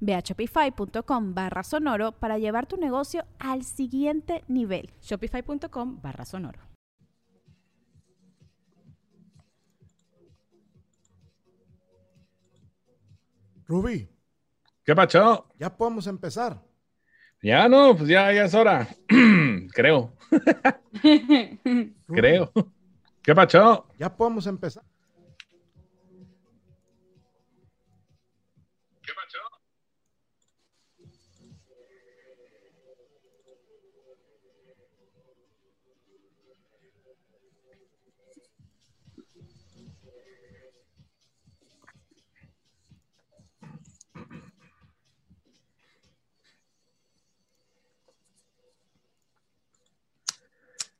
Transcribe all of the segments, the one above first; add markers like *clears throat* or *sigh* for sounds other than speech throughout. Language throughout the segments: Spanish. Ve a shopify.com barra sonoro para llevar tu negocio al siguiente nivel. Shopify.com barra sonoro. Rubí, ¿Qué pacho? ya podemos empezar. Ya no, pues ya, ya es hora. *clears throat* Creo, Rubí, creo. ¿Qué pacho? Ya podemos empezar.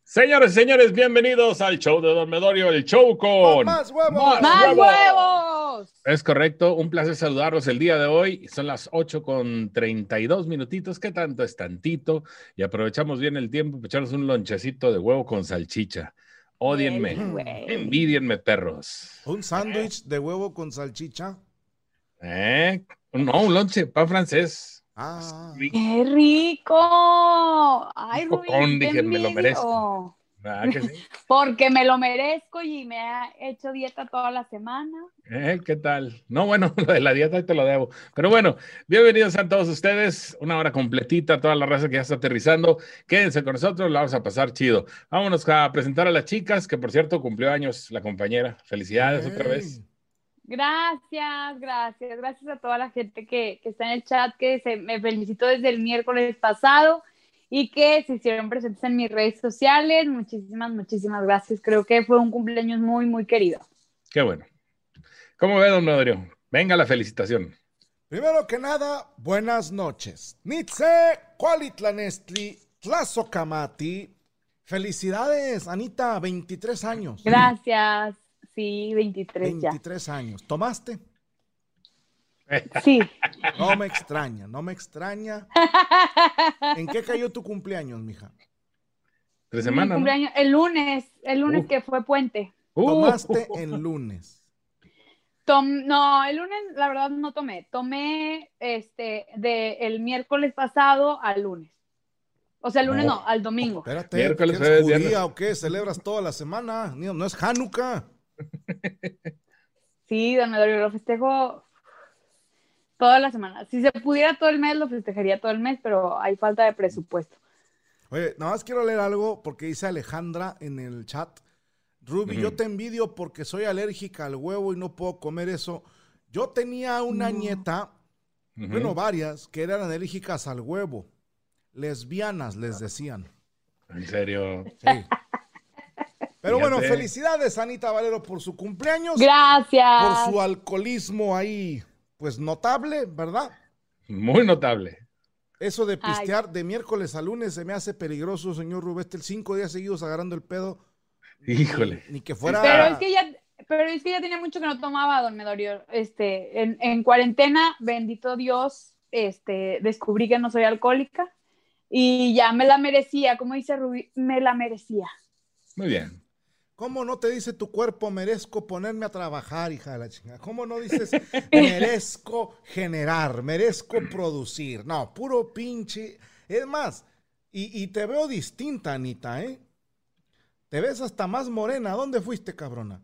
Señores y señores, bienvenidos al show de Dormedorio, el show con... ¡Más huevos! ¡Más ¡Más huevos! huevos! Es correcto, un placer saludarlos el día de hoy. Son las 8 con 32 minutitos, que tanto es tantito. Y aprovechamos bien el tiempo para echarnos un lonchecito de huevo con salchicha. Odienme, Güey. envidienme, perros. Un sándwich de huevo con salchicha. ¿Eh? No, un lonche, pan francés. Ah, ¡Qué rico! ¡Ay, Un Rubí, cocón, te dije, me lo envidio. merezco. ¿Verdad Ah, que sí? Porque me lo merezco y me ha hecho dieta toda la semana. Eh, ¿Qué tal? No, bueno, *laughs* lo de la dieta te lo debo. Pero bueno, bienvenidos a todos ustedes. Una hora completita, toda la raza que ya está aterrizando. Quédense con nosotros, la vamos a pasar chido. Vámonos a presentar a las chicas, que por cierto cumplió años la compañera. Felicidades otra vez. Ey, Gracias, gracias, gracias a toda la gente que, que está en el chat, que se, me felicitó desde el miércoles pasado y que se hicieron presentes en mis redes sociales. Muchísimas, muchísimas gracias. Creo que fue un cumpleaños muy, muy querido. Qué bueno. ¿Cómo ve, don Rodrigo? Venga la felicitación. Primero que nada, buenas noches. Nitze, Kualitlanestli, Tlazocamati. Felicidades, Anita, 23 años. Gracias. Sí, 23 ya. 23 años. ¿Tomaste? Sí. No me extraña, no me extraña. ¿En *laughs* qué cayó tu cumpleaños, mija? Tres Mi semanas. ¿no? cumpleaños- el lunes, el lunes Uh. que fue puente. Uh, *laughs* Tomaste el lunes. Tom, no, el lunes la verdad no tomé. Tomé este de el miércoles pasado al lunes. O sea, el lunes No. no, al domingo. Espérate, Miércoles, ¿tú que jueves, eres judía viernes. o qué? ¿Celebras toda la semana? Ni- No es Hanukkah. Sí, don Medorio, lo festejo toda la semana. Si se pudiera todo el mes, lo festejaría todo el mes, pero hay falta de presupuesto. Oye, nada más quiero leer algo porque dice Alejandra en el chat. Ruby, yo Ujú. te envidio porque soy alérgica al huevo y no puedo comer eso. Yo tenía una No. nieta, Mm. ujú. bueno, varias, que eran alérgicas al huevo. Lesbianas, les decían. En serio. Sí. Pero bueno, Fíjate. felicidades, Anita Valero, por su cumpleaños, Gracias. por su alcoholismo ahí, pues notable, ¿verdad? Muy notable. Eso de Ay. pistear de miércoles a lunes se me hace peligroso, señor Rubestel. Cinco días seguidos agarrando el pedo. Híjole. Ni que fuera. Pero es que ya, pero es que ya tenía mucho que no tomaba, don Medorio. Este, en, en cuarentena, bendito Dios, este, descubrí que no soy alcohólica y ya me la merecía, como dice Rubí, me la merecía. Muy bien. ¿Cómo no te dice tu cuerpo, merezco ponerme a trabajar, hija de la chingada? ¿Cómo no dices, merezco generar, merezco producir? No, puro pinche. Es más, y, y te veo distinta, Anita, ¿eh? Te ves hasta más morena. ¿A dónde fuiste, cabrona?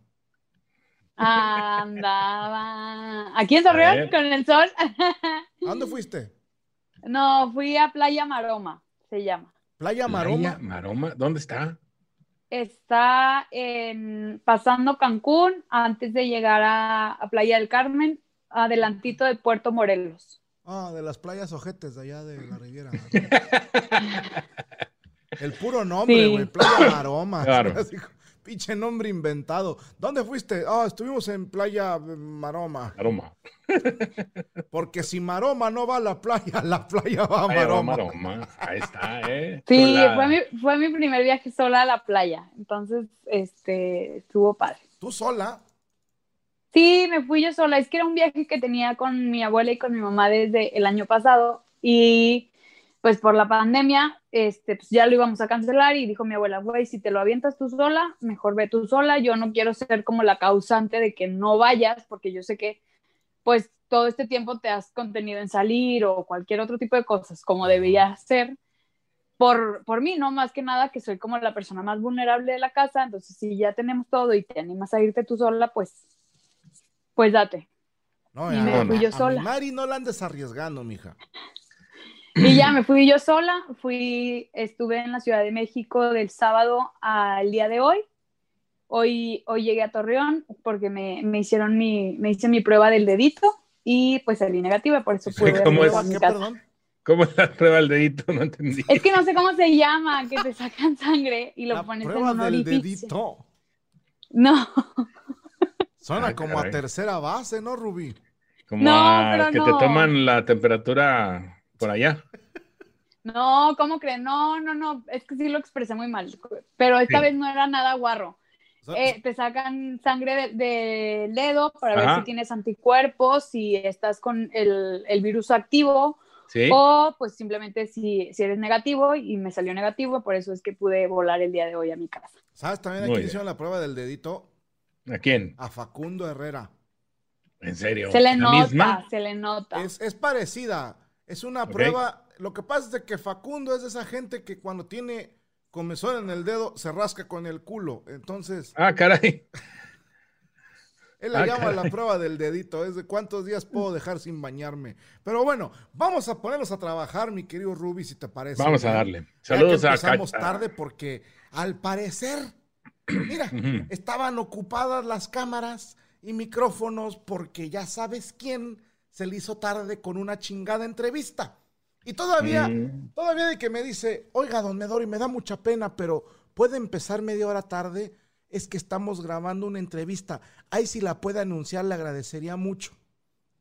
Andaba. Aquí en A Torreón, ver. con el sol. ¿A dónde *laughs* fuiste? No, fui a Playa Maroma, se llama. Playa Maroma. Maroma. Maroma, ¿dónde está? está en, pasando Cancún antes de llegar a, a Playa del Carmen, adelantito de Puerto Morelos. Ah, de las playas ojetes de allá de la Riviera. El puro nombre, Sí. güey. Playa *coughs* Maroma. Claro. *laughs* Así como, Pinche nombre inventado. ¿Dónde fuiste? Ah, estuvimos en Playa eh, Maroma. Aroma. *laughs* Porque si Maroma no va a la playa, la playa va a Ahí va, Maroma. Maroma. Ahí está, ¿eh? Sí, Chulada. fue mi, fue mi primer viaje sola a la playa, entonces este, estuvo padre. Tú sola. Sí, me fui yo sola. Es que era un viaje que tenía con mi abuela y con mi mamá desde el año pasado y pues por la pandemia este, pues ya lo íbamos a cancelar y dijo mi abuela, güey, si te lo avientas tú sola, mejor ve tú sola. Yo no quiero ser como la causante de que no vayas porque yo sé que pues todo este tiempo te has contenido en salir o cualquier otro tipo de cosas como debería ser. Por, por mí, no más que nada que soy como la persona más vulnerable de la casa, entonces si ya tenemos todo y te animas a irte tú sola, pues pues date. No, Y ya, me a- fui yo a mi sola. Mari no la andes arriesgando, mija. Y ya me fui yo sola, fui, estuve en la Ciudad de México del sábado al día de hoy. Hoy, hoy llegué a Torreón porque me, me hicieron mi, me hice mi prueba del dedito y pues salí negativa, por eso *laughs* Sí, pude ¿cómo regresar a es? mi ¿Qué, casa. perdón? ¿Cómo es la prueba del dedito? No entendí. Es que no sé cómo se llama, que te sacan sangre y lo La pones en prueba un del orificio. dedito. No, Suena Ay, como a caray. tercera base, ¿no, Rubí? Como No, a pero que no. te toman la temperatura por allá. no, ¿cómo creen? No, no, no, es que sí lo expresé muy mal, pero esta Sí. vez no era nada guarro. O sea, eh, te sacan sangre del de del dedo para ver Ajá. si tienes anticuerpos, si estás con el, el virus activo Sí. o pues simplemente si, si eres negativo y me salió negativo, por eso es que pude volar el día de hoy a mi casa. ¿Sabes también Muy aquí bien. hicieron la prueba del dedito? ¿A quién? A Facundo Herrera. ¿En serio? Se le ¿La nota, misma? se le nota. Es, es parecida. Es una Ok. prueba. Lo que pasa es de que Facundo es de esa gente que cuando tiene comezón en el dedo se rasca con el culo. Entonces, Ah, caray. él la Ah, llama la caray. prueba del dedito. Es de cuántos días puedo dejar sin bañarme. Pero bueno, vamos a ponernos a trabajar, mi querido Ruby, si te parece. Vamos a Ya- darle. ya que Saludos a empezamos Cacha. tarde porque al parecer, *clears throat* mira, Ujú. estaban ocupadas las cámaras y micrófonos porque ya sabes quién se le hizo tarde con una chingada entrevista. Y todavía, Mm. todavía de que me dice, oiga, don Medori, me da mucha pena, pero puede empezar media hora tarde, es que estamos grabando una entrevista. Ahí si la puede anunciar, le agradecería mucho.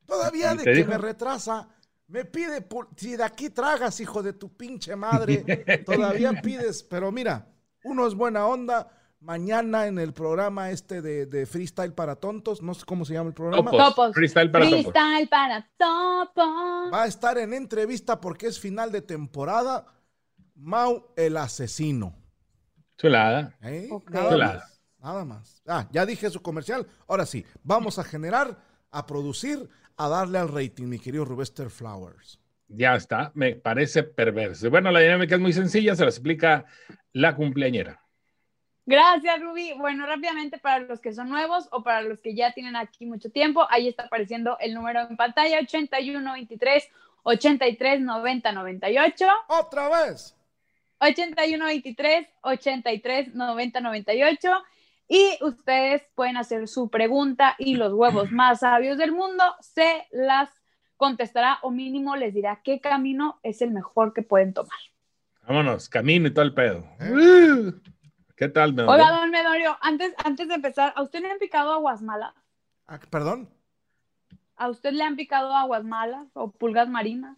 Todavía de ¿Te que dijo? me retrasa, me pide, por- si de aquí tragas, hijo de tu pinche *laughs* madre, todavía pides, pero mira, uno es buena onda. Mañana en el programa este de, de Freestyle para Tontos, no sé cómo se llama el programa. Topos. Topos. Freestyle para topos. Freestyle para topo. Va a estar en entrevista porque es final de temporada. Mau el asesino. Chulada. ¿eh? Ok. Nada, Chulada. más, nada más. Ah, ya dije su comercial. Ahora sí, vamos a generar, a producir, a darle al rating, mi querido Rubester Flowers. Ya está, me parece perverso. Y Bueno, la dinámica es muy sencilla, se la explica la cumpleañera. Gracias, Ruby. Bueno, rápidamente para los que son nuevos o para los que ya tienen aquí mucho tiempo, ahí está apareciendo el número en pantalla 81 23 83 90 98 ¡Otra vez! 81 23 83 90 98 y ustedes pueden hacer su pregunta y los huevos más sabios del mundo se las contestará o mínimo les dirá qué camino es el mejor que pueden tomar. Vámonos, camino y todo el pedo. ¿Eh? Uh, ¿Qué tal, Medorio? Hola, don Medorio. Antes, antes de empezar, ¿a usted le han picado aguas malas? Ah, perdón. ¿A usted le han picado aguas malas o pulgas marinas?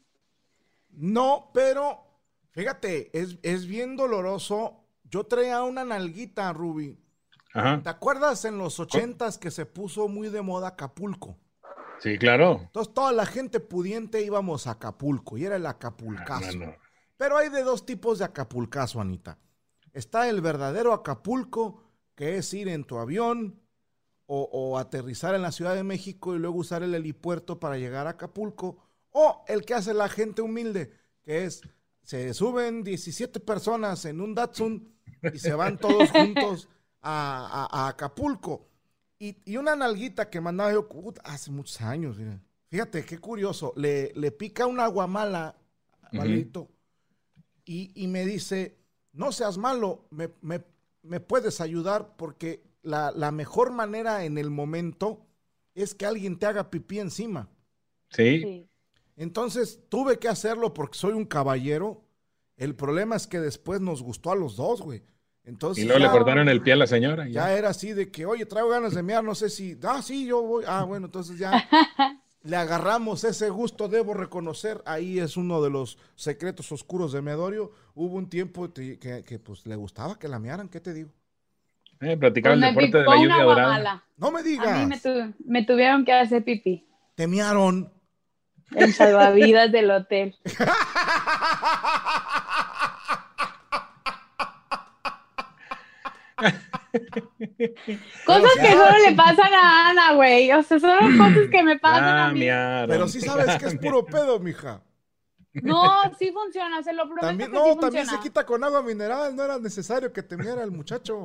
No, pero fíjate, es, es bien doloroso. Yo traía una nalguita, Ruby. Ajá. ¿Te acuerdas en los ochentas que se puso muy de moda Acapulco? Sí, claro. Entonces toda la gente pudiente íbamos a Acapulco y era el Ah, acapulcazo. no, no. Pero hay de dos tipos de acapulcazo, Anita. Está el verdadero Acapulco, que es ir en tu avión o, o aterrizar en la Ciudad de México y luego usar el helipuerto para llegar a Acapulco. O el que hace la gente humilde, que es, se suben 17 personas en un Datsun y se van *laughs* todos juntos a, a- a Acapulco. Y, y una nalguita que mandaba yo puta, hace muchos años. mira. Fíjate, qué curioso. Le, le pica una guamala, Ujú. Valito, y, y me dice, no seas malo, me, me- me puedes ayudar porque la, la mejor manera en el momento es que alguien te haga pipí encima. Sí, Sí. Entonces tuve que hacerlo porque soy un caballero. El problema es que después nos gustó a los dos, güey. Entonces y luego le ya- cortaron el pie a la señora. ya Ah, Ya. era así de que, oye, traigo ganas de mear, no sé si, ah, sí, yo voy, ah, bueno, entonces *laughs* ya le agarramos ese gusto, debo reconocer, ahí es uno de los secretos oscuros de Medorio, hubo un tiempo te- que, que, pues le gustaba que la mearan, ¿qué te digo? Eh, Pues practicaban me el deporte de picó la una lluvia dorada. guamala. No me A mí digas, me, tu- me tuvieron que hacer pipí te mearon. en salvavidas del hotel. Cosas que solo le pasan a Ana, güey. O sea, Mm. son cosas que me pasan a Ah, mí. miaron. Pero sí sabes que es *laughs* puro pedo, mija. No, sí funciona, se lo prometo También, que sí no, también se funciona. quita con agua mineral, no era necesario que te meara el muchacho.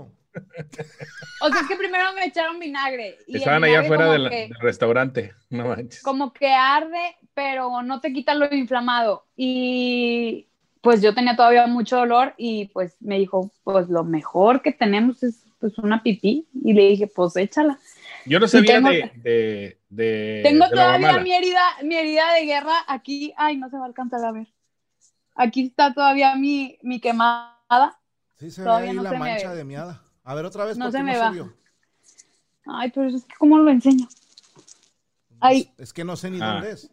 O sea, es que primero me echaron vinagre. Y el Estaban allá vinagre afuera como del, que- del restaurante. No manches. como que arde, pero no te quita lo inflamado. Y pues yo tenía todavía mucho dolor y pues me dijo, pues lo mejor que tenemos es pues una pipí. Y le dije, pues échala. Yo no y sabía tengo- de, de, de- Tengo de Eh, la todavía guamala. mi herida, mi herida de guerra aquí. Ay, no se va a alcanzar a ver. Aquí está todavía mi, mi quemada. Sí se Todavía ve ahí no la se me mancha ve. de miada. A ver, otra vez, No porque se me va. subió? Ay, pero es que ¿cómo lo enseño? Ay. Es que no sé ni Ah. dónde es.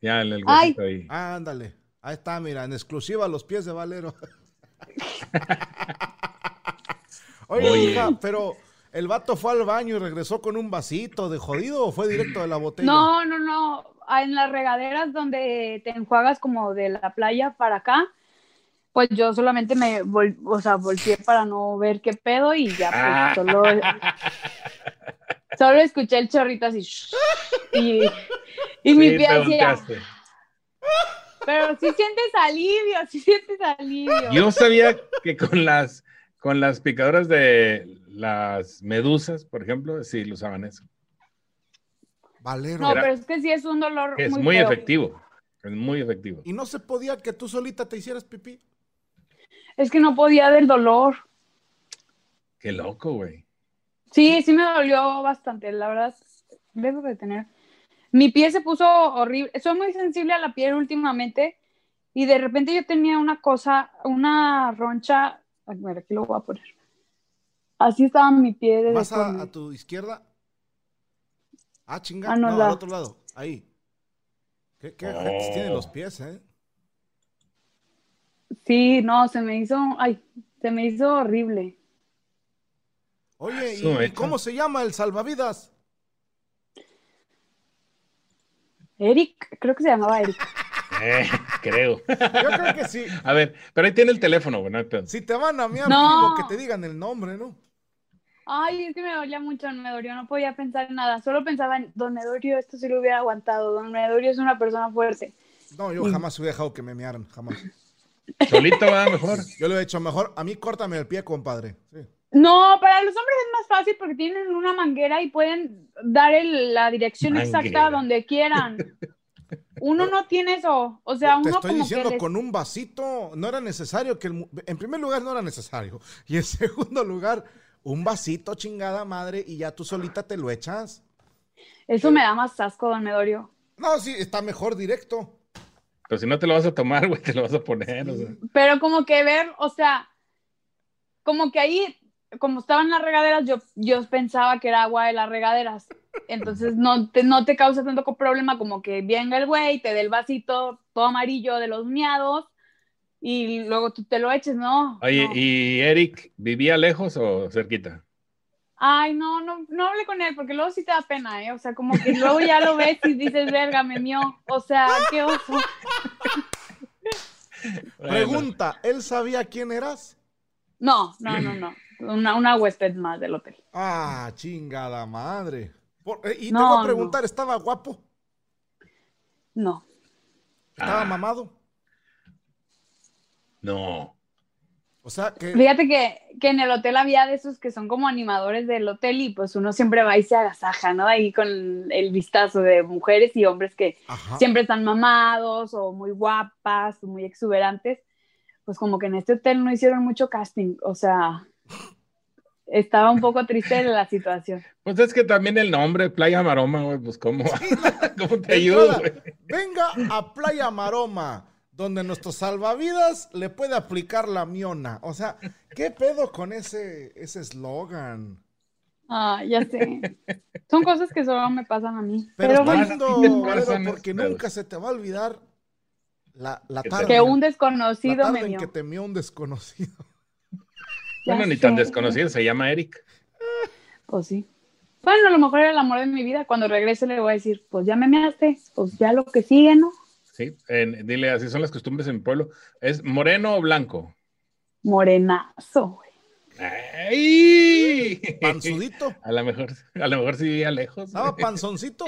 Ya, el, el Ay. huesito ahí. Ándale. Ahí está, mira, en exclusiva los pies de *laughs* Valero. Oye, Oye. hija, pero el vato fue al baño y regresó con un vasito de jodido o fue directo de la botella. No, no, no. Ah, En las regaderas donde te enjuagas como de la playa para acá, pues yo solamente me vol- o sea, volteé para no ver qué pedo y Ah. ya pues *laughs* solo, solo escuché el chorrito así shh, y, y mi Sí, tía te decía, volteaste. pero si sientes alivio, si sientes alivio. Yo sabía que con las, con las picadoras de las medusas, por ejemplo, sí lo usaban eso. Valero. no, pero es que sí es un dolor Es muy, muy, feo. efectivo. Es muy efectivo. Y no se podía que tú solita te hicieras pipí. Es que no podía del dolor. Qué loco, güey. Sí, sí me dolió bastante, la verdad. Debo de tener. Mi piel se puso horrible. Soy muy sensible a la piel últimamente y de repente yo tenía una cosa, una roncha. Ay, mira, aquí lo voy a poner. Así estaba mi piel. de Vas a, deforme. a tu izquierda. Ah, chingada. Ah, no, no, la- al otro lado. Ahí. ¿Qué, qué ajates Oh. tienen los pies, eh? Sí, no, se me hizo, ay, se me hizo horrible. Oye, ¿y- Su ¿y mecha. cómo se llama el salvavidas? Eric, creo que se *laughs* llamaba Eric. Eh, creo. Yo creo que sí. *laughs* A ver, pero ahí tiene el teléfono, güey. no hay pedo. Si te van a mirar, No. mínimo que te digan el nombre, ¿no? Ay, es que me dolía mucho, me dolió, no podía pensar en nada. Solo pensaba en Don Medorio, esto sí lo hubiera aguantado. Don Medorio es una persona fuerte. No, yo jamás hubiera dejado que me mearan, jamás. Solito va mejor. Yo lo he hecho mejor. A mí córtame el pie, compadre. Sí. No, para los hombres es más fácil porque tienen una manguera y pueden dar el- la dirección Manguera. exacta donde *laughs* quieran. Uno no tiene eso. O sea, Te uno estoy como diciendo que les- con un vasito, no era necesario que el mu- en primer lugar no era necesario *laughs* y en segundo lugar un vasito chingada madre y ya tú solita te lo echas. eso me da más asco, don Medorio. No, sí, está mejor directo. Pero si no te lo vas a tomar, güey, te lo vas a poner. o sea. Pero como que ver, o sea, como que ahí, como estaban las regaderas, yo, yo pensaba que era agua de las regaderas. Entonces no te, no te causa tanto co- problema como que venga el güey, te dé el vasito todo amarillo de los miados y luego tú te lo eches, ¿no? Oye, no. ¿y Eric vivía lejos o cerquita? Ay, no, no, no hablé con él, porque luego sí te da pena, ¿eh? O sea, como que luego ya lo ves y dices, verga, me mió. O sea, qué oso. Bueno, Pregunta, ¿él sabía quién eras? No, no, no, no. Una, una huésped más del hotel. Ah, chingada madre. Por- eh, y te No, voy a no. preguntar, ¿estaba guapo? No. ¿Estaba Ah. mamado? No. O sea, que Fíjate que, que en el hotel había de esos que son como animadores del hotel y pues uno siempre va y se agasaja, ¿no? Ahí con el vistazo de mujeres y hombres que Ajá. siempre están mamados o muy guapas o muy exuberantes. Pues como que en este hotel no hicieron mucho casting, o sea, estaba un poco triste de la situación. Pues es que también el nombre, Playa Maroma, güey, pues cómo, *laughs* ¿cómo te De ayudo, entrada, güey? Venga a Playa Maroma, donde nuestro salvavidas le puede aplicar la miona. O sea, ¿qué pedo con ese ese eslogan? Ah, ya sé. Son cosas que solo me pasan a mí. Pero, Pero está bueno, lindo, bueno. Vero, Pasan esos porque pedos. nunca se te va a olvidar la, la Que te- tarde. que un la desconocido tarde me en vio. que te mió un desconocido. *laughs* Ya Bueno, ni tan sé. desconocido, se llama Eric. Pues sí. Bueno, a lo mejor era el amor de mi vida. Cuando regrese le voy a decir, pues ya me measte, pues ya lo que sigue, ¿no? Sí, en- dile, así son las costumbres en mi pueblo. ¿Es moreno o blanco? Morenazo, güey. ¡Ay! Panzudito. *laughs* A lo mejor, a lo mejor sí vivía lejos. Estaba güey. panzoncito.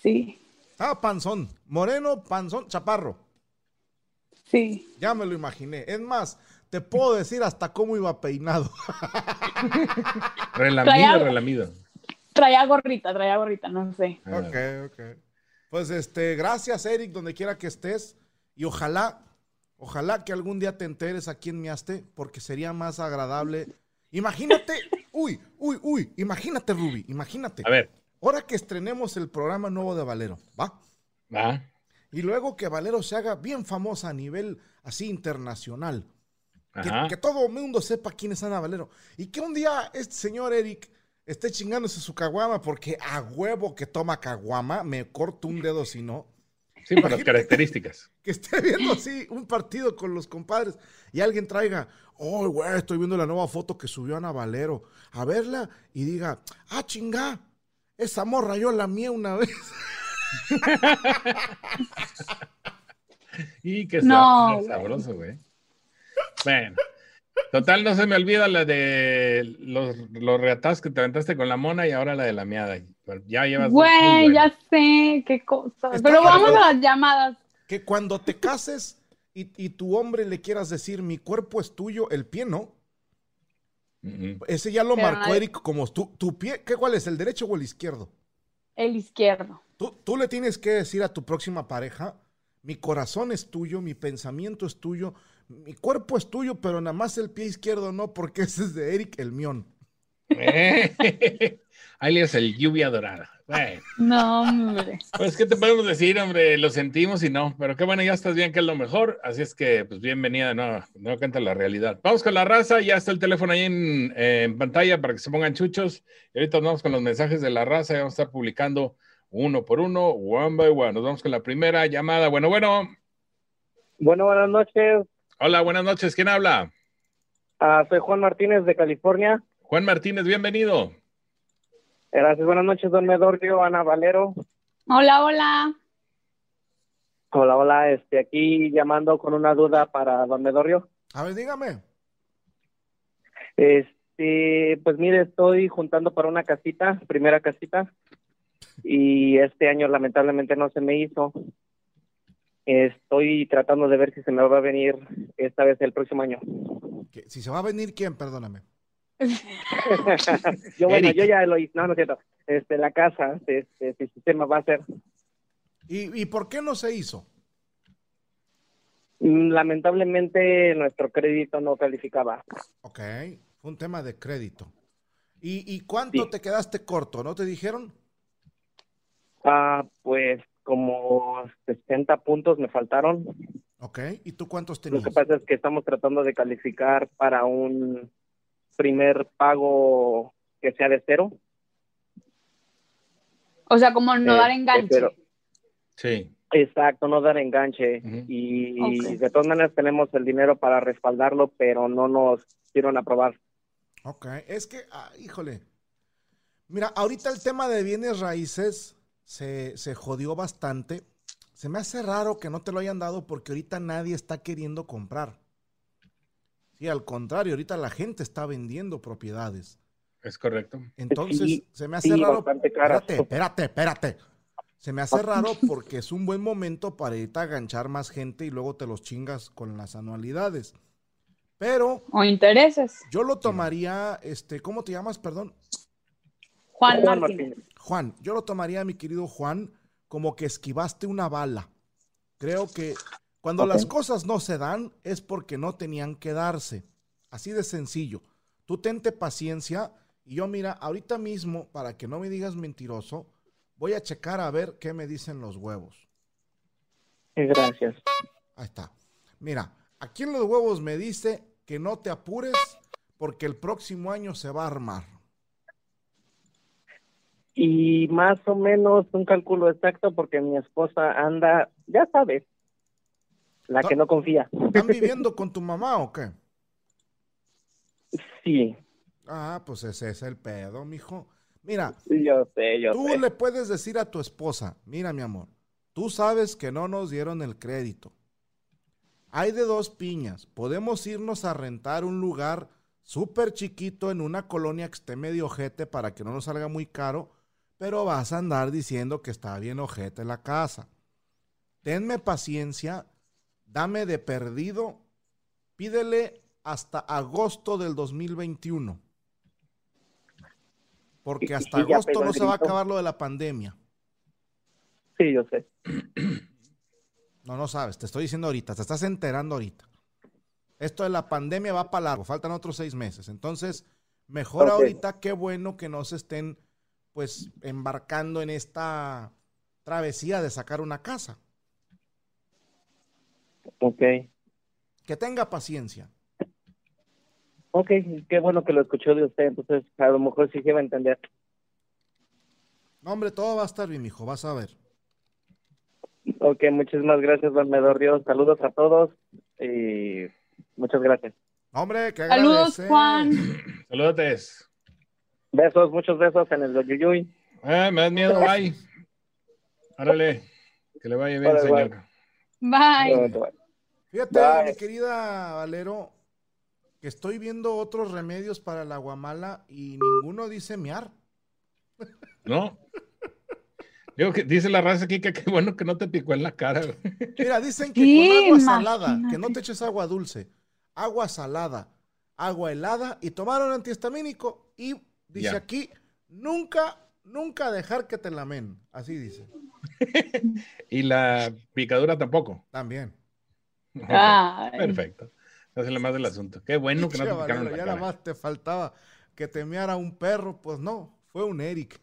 Sí, Estaba panzón. Moreno, panzón, chaparro. sí. Ya me lo imaginé. Es más, te puedo decir hasta cómo iba peinado. Relamido, Traía- relamido. Traía gorrita, traía gorrita, no sé. Ah, Ok, ok. Pues este, gracias, Eric, donde quiera que estés. Y ojalá, ojalá que algún día te enteres a quién miaste, porque sería más agradable. Imagínate, uy, uy, uy, imagínate, Ruby, imagínate. A ver, Ahora que estrenemos el programa nuevo de Valero, ¿va? va. Y luego que Valero se haga bien famosa a nivel así internacional. Que, Ajá. que todo el mundo sepa quién es Ana Valero. Y que un día este señor Eric esté chingándose su caguama porque a huevo que toma caguama, me corto un dedo si no. Sí, por *laughs* las características. Que esté viendo así un partido con los compadres y alguien traiga, oh, güey, estoy viendo la nueva foto que subió Ana Valero. A verla y diga, ah, chingá, esa morra yo la mía una vez. *laughs* Y que No, no, güey. sabroso, güey. Bueno. Total, no se me olvida la de los, los reatazos que te aventaste con la mona y ahora la de la miada. Ya llevas. dos, Güey, güey. ya sé, qué cosa. Está Pero vamos cabrón. a las llamadas. Que cuando te cases y, y tu hombre le quieras decir, mi cuerpo es tuyo, el pie no. Mm, mm. Ese ya lo Pero marcó nadie- Eric como tu, tu pie. ¿qué, ¿Cuál es? ¿El derecho o el izquierdo? El izquierdo. Tú, tú le tienes que decir a tu próxima pareja, mi corazón es tuyo, mi pensamiento es tuyo, mi cuerpo es tuyo, pero nada más el pie izquierdo no, porque *laughs* ese es de Eric el mión. *laughs* Eh, Alias el lluvia dorada. Bueno, No, hombre. pues, ¿qué te podemos decir, hombre? Lo sentimos y no. Pero qué bueno, ya estás bien, que es lo mejor. Así es que, pues, bienvenida de nuevo. No canta la realidad. Vamos con la raza. Ya está el teléfono ahí en, en pantalla para que se pongan chuchos. Y ahorita nos vamos con los mensajes de la raza. Y vamos a estar publicando uno por uno, one by one. Nos vamos con la primera llamada. Bueno, bueno. Bueno, buenas noches. Hola, buenas noches. ¿Quién habla? Ah, soy Juan Martínez de California. Juan Martínez, bienvenido. Gracias. Buenas noches, don Medorio, Ana Valero. Hola, hola. Hola, hola. Este, aquí llamando con una duda para don Medorio. A ver, dígame. Este, pues mire, estoy juntando para una casita, primera casita, y este año lamentablemente no se me hizo. Estoy tratando de ver si se me va a venir esta vez el próximo año. que- si se va a venir, ¿quién? Perdóname. *laughs* yo bueno, Eric. yo ya lo hice, no, no es cierto. Este, la casa, este, si se me va a hacer. ¿Y, y por qué no se hizo? Mm, Lamentablemente nuestro crédito no calificaba. Ok, fue un tema de crédito. ¿Y, y cuánto Sí. te quedaste corto? ¿No te dijeron? Ah, pues como 60 puntos me faltaron. Ok, ¿y tú cuántos Lo tenías? que pasa es que estamos tratando de calificar para un primer pago que sea de cero. O sea, como no Eh, dar enganche. pero- Sí. Exacto, no dar enganche. Ujú. Y Ok. de todas maneras tenemos el dinero para respaldarlo, pero no nos quieren aprobar. Ok, es que, ah, híjole. Mira, ahorita el tema de bienes raíces se, se jodió bastante. Se me hace raro que no te lo hayan dado porque ahorita nadie está queriendo comprar. Sí, al contrario, ahorita la gente está vendiendo propiedades. Es correcto. Entonces, Sí, se me hace sí, raro. bastante caras. Espérate, espérate, espérate. Se me hace raro porque es un buen momento para irte a ganchar más gente y luego te los chingas con las anualidades. Pero O intereses. yo lo tomaría, este, ¿cómo te llamas? Perdón. Juan Juan Martínez. Martínez. Juan, yo lo tomaría, mi querido Juan, como que esquivaste una bala. Creo que cuando Ok. las cosas no se dan es porque no tenían que darse. Así de sencillo. Tú tente paciencia y yo mira, ahorita mismo, para que no me digas mentiroso, voy a checar a ver qué me dicen los huevos. Gracias. Ahí está. Mira, aquí en los huevos me dice que no te apures porque el próximo año se va a armar. Y más o menos un cálculo exacto porque mi esposa anda, ya sabes, la que no confía. ¿Están viviendo con tu mamá o qué? *laughs* Sí, Ah, pues ese es el pedo, mijo. Mira, yo sé, yo Tú sé. le puedes decir a tu esposa, mira mi amor, tú sabes que no nos dieron el crédito. Hay de dos piñas, podemos irnos a rentar un lugar súper chiquito en una colonia que esté medio ojete para que no nos salga muy caro, pero vas a andar diciendo que está bien ojete la casa. Tenme paciencia, dame de perdido, pídele hasta agosto del 2021. Porque Y- hasta y ya agosto pegó no el se va a grito. acabar lo de la pandemia. Sí, yo sé. No, no sabes, te estoy diciendo ahorita, te estás enterando ahorita. Esto de la pandemia va para largo, faltan otros seis meses. Entonces, mejor Ok. ahorita, qué bueno que no se estén, pues, embarcando en esta travesía de sacar una casa. Ok. Que tenga paciencia. Ok, qué bueno que lo escuchó de usted, entonces a lo mejor sí se va a entender. No, hombre, todo va a estar bien, mijo, vas a ver. Ok, muchísimas gracias, Valmedor Ríos. Saludos a todos y muchas gracias. No, hombre, que Saludos, agradecer. Juan. Saludos. Besos, muchos besos en el Yuyuy. Ah, me das miedo, bye. Árale, que le vaya bien, Órale, señor. Bye. Fíjate, Bye. mi querida Valero, que estoy viendo otros remedios para la guamala y ninguno dice miar. ¿No? Digo que dice la raza aquí que qué bueno que no te picó en la cara. güey. Mira, dicen que Sí, con agua salada, que imagínate. no te eches agua dulce, agua salada, agua helada y tomaron antihistamínico y dice Ya. aquí, nunca, nunca dejar que te lamen. Así dice, Y la picadura tampoco. también. Ay. Perfecto. No se le más del asunto. Qué bueno que no te Che, picaron Valero, en la ya nada cara. más te faltaba que te meara un perro, pues no, fue un Eric.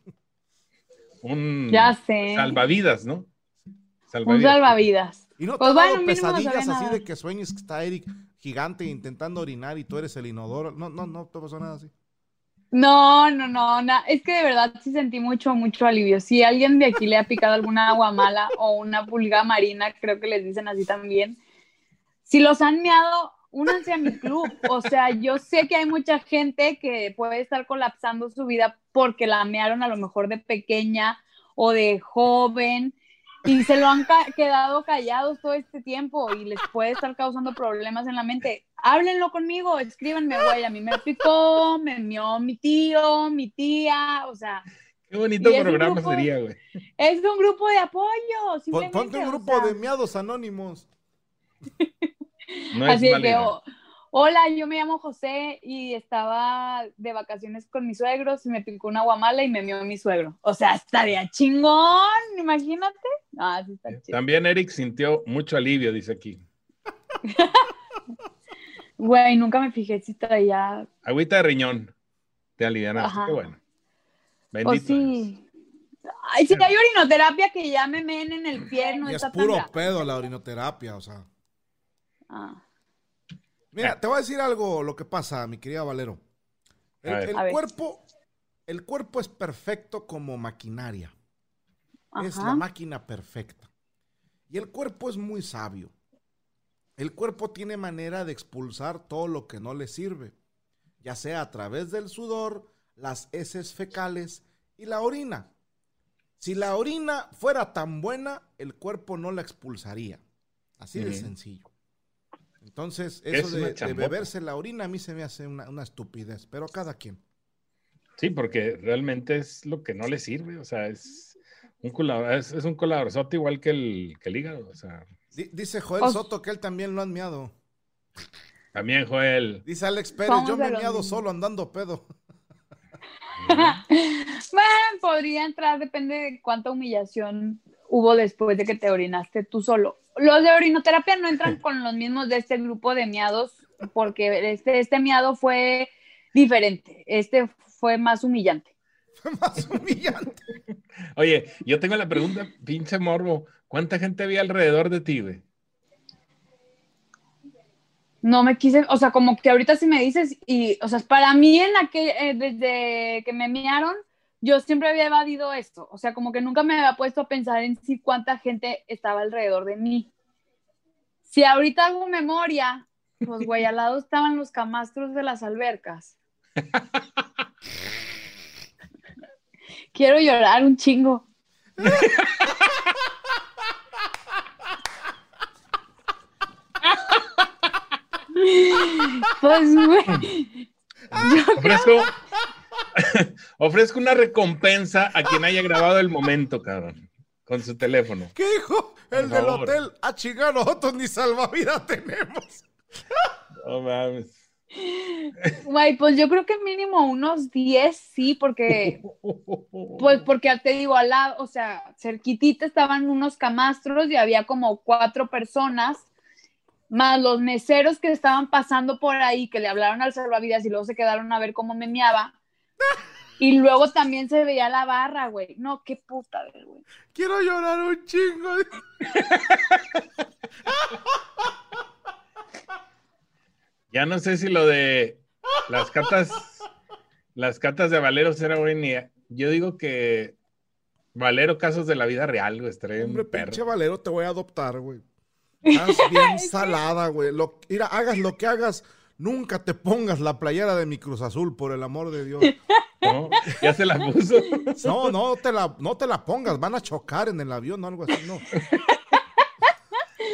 Un Ya sé. salvavidas, ¿no? Un Salvavidas. salvavidas. Y no Pues te ha dado bueno, mínimo no sabía pesadillas así nada. de que sueñes que está Eric gigante intentando orinar y tú eres el inodoro. No, no, no te pasó nada así. No, no, no, na- es que de verdad sí sentí mucho, mucho alivio. Si alguien de aquí le ha picado alguna aguamala o una pulga marina, creo que les dicen así también. Si los han meado, únanse a mi club. O sea, yo sé que hay mucha gente que puede estar colapsando su vida porque la mearon a lo mejor de pequeña o de joven y se lo han ca- quedado callados todo este tiempo y les puede estar causando problemas en la mente. Háblenlo conmigo, escríbanme, güey, a mí me picó, me mió mi tío, mi tía, o sea, Qué bonito Y es un programa grupo- sería, güey. es un grupo de apoyo, Pon- simplemente, Ponte un o grupo sea, de miados anónimos. No es Así de mala que, idea. o- hola, yo me llamo José y estaba de vacaciones con mis suegros y me picó una guamala y me mió mi suegro. O sea, estaría chingón, imagínate. Ah, sí está chido. También Eric sintió mucho alivio, dice aquí. Güey, nunca me fijé si traía Agüita de riñón. Te alivianaste. Ajá. Qué bueno. O Bendito. Pues eres. sí. Ay, si hay orinoterapia que ya me meen en el pie, no Y es está tan puro grave. pedo la orinoterapia, o sea. Ah, Eh. Mira, te voy a decir algo lo que pasa, mi querida Valero. El, A ver. el A ver. cuerpo, el cuerpo es perfecto como maquinaria. Es la ajá. máquina perfecta. Y el cuerpo es muy sabio. El cuerpo tiene manera de expulsar todo lo que no le sirve, ya sea a través del sudor, las heces fecales y la orina. Si la orina fuera tan buena, el cuerpo no la expulsaría. Así de Ujú. sencillo. Entonces, Es eso una de, de chambota. beberse la orina a mí se me hace una, una estupidez, pero cada quien. Sí, porque realmente es lo que no le sirve. O sea, es un colador, es, es un colaborzote igual que el, que el hígado. O sea, Di- dice Joel O- Soto que él también lo ha admirado. también Joel. Dice Alex Pérez, Somos yo me de he los miado mismos. solo andando pedo. *laughs* Bueno, podría entrar, depende de cuánta humillación hubo después de que te orinaste tú solo. Los de *laughs* orinoterapia no entran con los mismos de este grupo de miados, porque este, este miado fue diferente. Este fue más humillante. Más humillante. Oye, yo tengo la pregunta, pinche morbo, ¿cuánta gente había alrededor de ti, *laughs* güey? No me quise, o sea, como que ahorita si me dices, y, o sea, para mí en aquel, eh, desde que me enviaron, yo siempre había evadido esto. O sea, como que nunca me había puesto a pensar en si cuánta gente estaba alrededor de mí. Si ahorita hago memoria, pues, güey, al lado estaban los camastros de las albercas. Quiero llorar un chingo. Pues, güey, Ofrezco, *laughs* ofrezco una recompensa a quien haya grabado el momento, cabrón, con su teléfono. ¿Qué dijo? El Por del favor. hotel. A chingar, nosotros ni salvavidas *laughs* tenemos. No mames. güey, pues yo creo que mínimo unos 10, sí, porque *laughs* Pues porque te digo, al lado, o sea, cerquitita estaban unos camastros y había como cuatro personas, más los meseros que estaban pasando por ahí, que le hablaron al salvavidas y luego se quedaron a ver cómo me meaba. Y luego también se veía la barra, güey. No, qué puta, güey. Quiero llorar un chingo. Ya no sé si lo de las catas, las catas de Valero será buena. Yo digo que Valero casos de la vida real, güey, estaría Hombre, un pinche perro. valero, te voy a adoptar, *laughs* güey. Estás bien salada, güey. Lo- mira, hagas lo que hagas, nunca te pongas la playera de mi Cruz Azul, por el amor de *laughs* Dios. ¿no? Ya *laughs* se la puso. No, no te la, no te la pongas, van a chocar en el avión o algo así, no.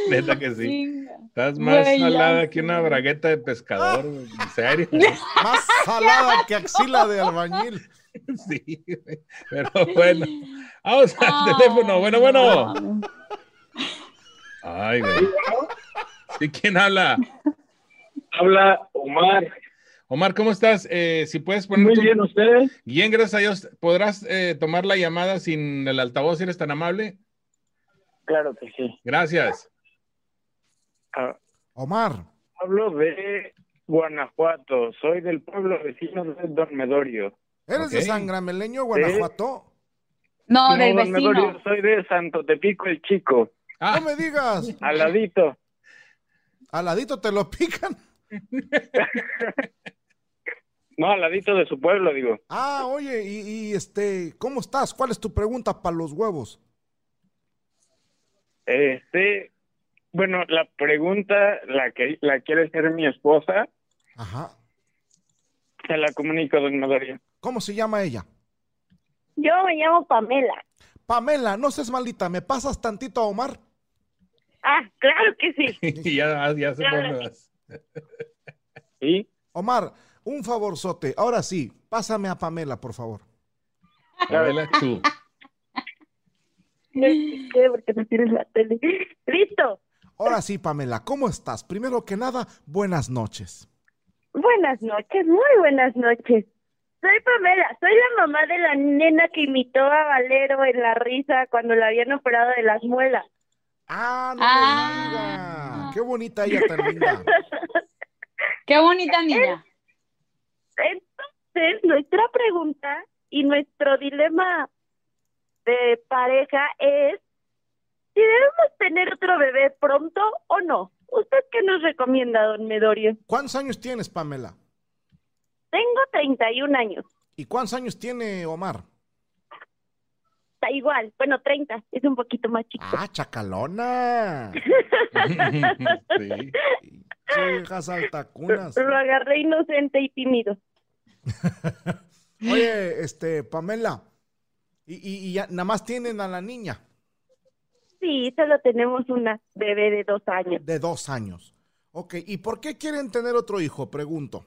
Neta que sí. Chinga. Estás más Güey, ya salada sé. que una bragueta de pescador, güey. En *laughs* serio. *laughs* Más salada que axila de albañil. Sí, güey. pero *laughs* bueno. Vamos al Ah, teléfono. Bueno, bueno. no. Ay, güey. ¿Y quién habla? Habla Omar. Omar, ¿cómo estás? Eh, si puedes poner Muy tu- bien, ¿ustedes? Bien, gracias a Dios. ¿Podrás eh, tomar la llamada sin el altavoz si eres tan amable? Claro que sí. Gracias. Ah, Omar, Hablo de Guanajuato. Soy del pueblo vecino del dormitorio. ¿eres de Ok. San Grameleño, Guanajuato? No, del vecino. Dormedorio, soy de Santo Tepico el Chico. Ah, No me digas, Al ladito. aladito te lo pican. No, al ladito de su pueblo, digo. Ah, oye, y, y, este, ¿cómo estás? ¿Cuál es tu pregunta para los huevos? Este, bueno, la pregunta la que la quiere hacer mi esposa, Ajá. se la comunico don Medorio. ¿Cómo se llama ella? Yo me llamo Pamela. Pamela, no seas maldita, ¿me pasas tantito a Omar? Ah, claro que sí. *laughs* y ya, ya se fue. Sí, Omar, un favorzote. Ahora sí, pásame a Pamela, por favor. Pamela Chu. ¿Qué? Porque no tienes la tele. Listo. Ahora sí, Pamela, ¿cómo estás? Primero que nada, buenas noches. Buenas noches, muy buenas noches. Soy Pamela, soy la mamá de la nena que imitó a Valero en la risa cuando la habían operado de las muelas. Ah, no Ah. me diga. Qué bonita ella tan linda. Qué bonita niña. Eh, Entonces, nuestra pregunta y nuestro dilema de pareja es si debemos tener otro bebé pronto o no. ¿Usted qué nos recomienda, *laughs* don Medorio? ¿Cuántos años tienes, Pamela? Tengo 31 años. ¿Y cuántos años tiene Omar? Está igual, bueno, 30, es un poquito más chico. Ah, *laughs* chacalona. Sí. Hijas altacunas. Lo agarré inocente y tímido. *laughs* Oye, este, Pamela. Y, y- y ya, nada más tienen a la niña Sí, solo tenemos una bebé de dos años. de dos años. Ok, ¿y por qué quieren tener otro hijo? Pregunto.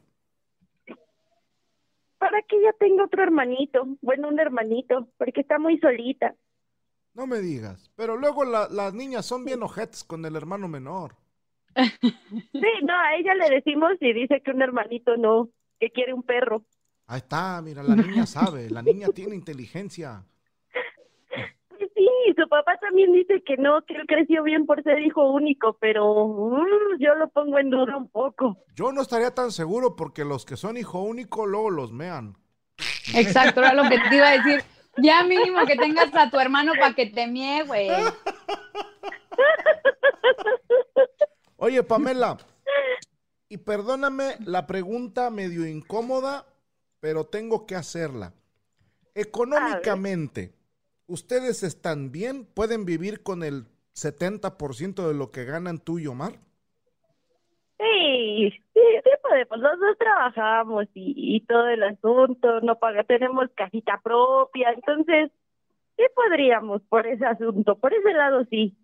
Para que ya tenga otro hermanito, bueno, un hermanito, porque está muy solita. No me digas. Pero luego la- las niñas son bien ojetes con el hermano menor. Sí, no, a ella le decimos y dice que un hermanito no, que quiere un perro. Ahí *laughs* está, mira, la niña sabe, la niña tiene inteligencia. Pues Sí, su papá también dice que no, que él creció bien por ser hijo único, pero mm, yo lo pongo en duda un poco. Yo no estaría tan seguro porque los que son hijo único luego los mean. Exacto, era lo que te iba a decir. Ya mínimo que tengas a tu hermano para que te mie, güey. Oye, Pamela, y perdóname la pregunta medio incómoda, pero tengo que hacerla. Económicamente, ¿ustedes están bien? ¿Pueden vivir con el 70% de lo que ganan tú y Omar? Sí, sí, sí podemos. Los dos trabajamos y, y todo el asunto, no paga, tenemos casita propia, entonces sí podríamos por ese asunto, por ese lado sí.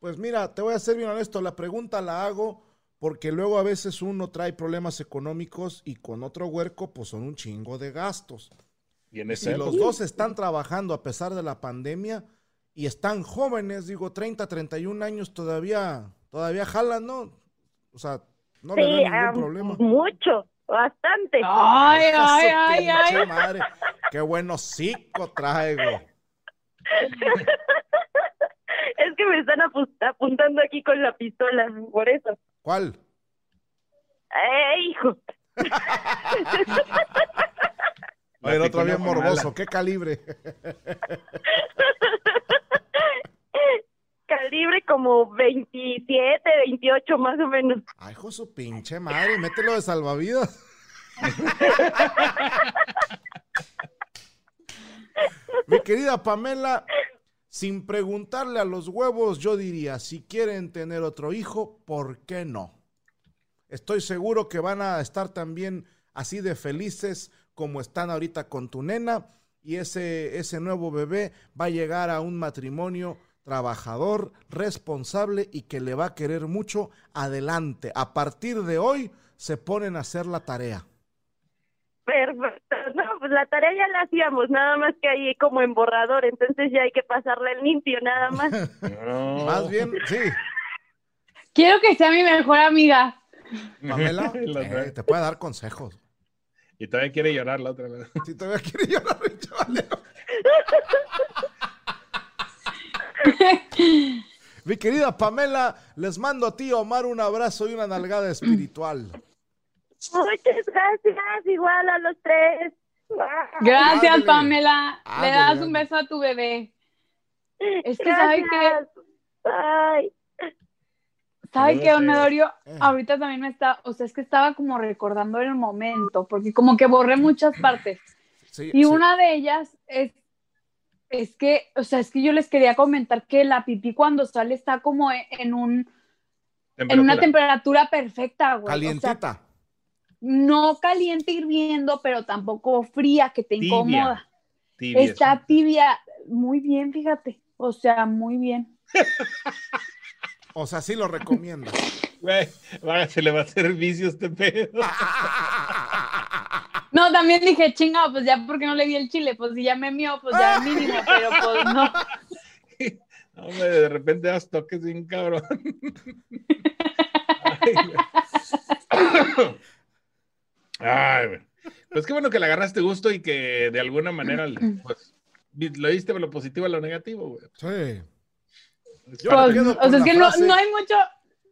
Pues mira, te voy a ser bien honesto, la pregunta la hago porque luego a veces uno trae problemas económicos y con otro huerco pues son un chingo de gastos. Y en Si ese los dos están trabajando a pesar de la pandemia y están jóvenes, digo 30, 31 años todavía, todavía jalan, ¿no? O sea, no le sí, veo ningún ah, problema. mucho, bastante. Ay, Hija ay, su ay, ay. pinche madre, Qué buen hocico traigo. Es que me están apu- apuntando aquí con la pistola, por eso. ¿Cuál? *laughs* ¡Eh, hijo! Oye, el otro Platicó bien con morboso, Alan. qué calibre. Calibre como 27, 28 más o menos. Ay, hijo de su pinche madre, mételo de salvavidas. Mi querida Pamela, sin preguntarle a los huevos, yo diría, si quieren tener otro hijo, ¿por qué no? Estoy seguro que van a estar también así de felices como están ahorita con tu nena y ese, ese nuevo bebé va a llegar a un matrimonio trabajador, responsable y que le va a querer mucho adelante. A partir de hoy se ponen a hacer la tarea. Perfecto. No, pues la tarea ya la hacíamos, nada más que ahí como en borrador, entonces ya hay que pasarla en limpio, nada más. No. Más bien, sí, *laughs* Quiero que sea mi mejor amiga. Pamela, La otra. eh, te puede dar consejos. Y todavía quiere llorar la otra vez. Si todavía quiere llorar, chaval. Mi querida Pamela, les mando a ti, Omar, un abrazo y una nalgada espiritual. Muchas gracias, igual a los tres. Gracias, Ándale. Pamela. Ándale, Le das un ándale. beso a tu bebé. Es que sabe que, Gracias. Ay, sabe que, Sí. Honorio, Eh. ahorita también me está, o sea, es que estaba como recordando el momento, porque como que borré muchas partes. Sí, Y sí. una de ellas es, es que, o sea, es que yo les quería comentar que la pipí cuando sale está como en- en un, en una temperatura perfecta, güey. O sea, Calientita. no caliente hirviendo, pero tampoco fría que te Tibia. incomoda. Tibia. Está tibia, muy bien, fíjate. O sea, muy bien. O sea, sí lo recomiendo. *laughs* Güey, vaya, se le va a hacer vicio *laughs* este pedo. No, también dije, chingado, pues ya porque no le di el chile, pues si ya me mió, pues *laughs* ya mínimo, pero pues no. Hombre, de repente das toques bien cabrón. Ay, güey. Ay, güey. Pues qué bueno que le agarraste gusto y que de alguna manera pues, vi- lo diste por lo positivo a lo negativo, güey. Sí. Es Yo parte me Pues, quedo con la o sea, de- es que no, frase. no hay mucho,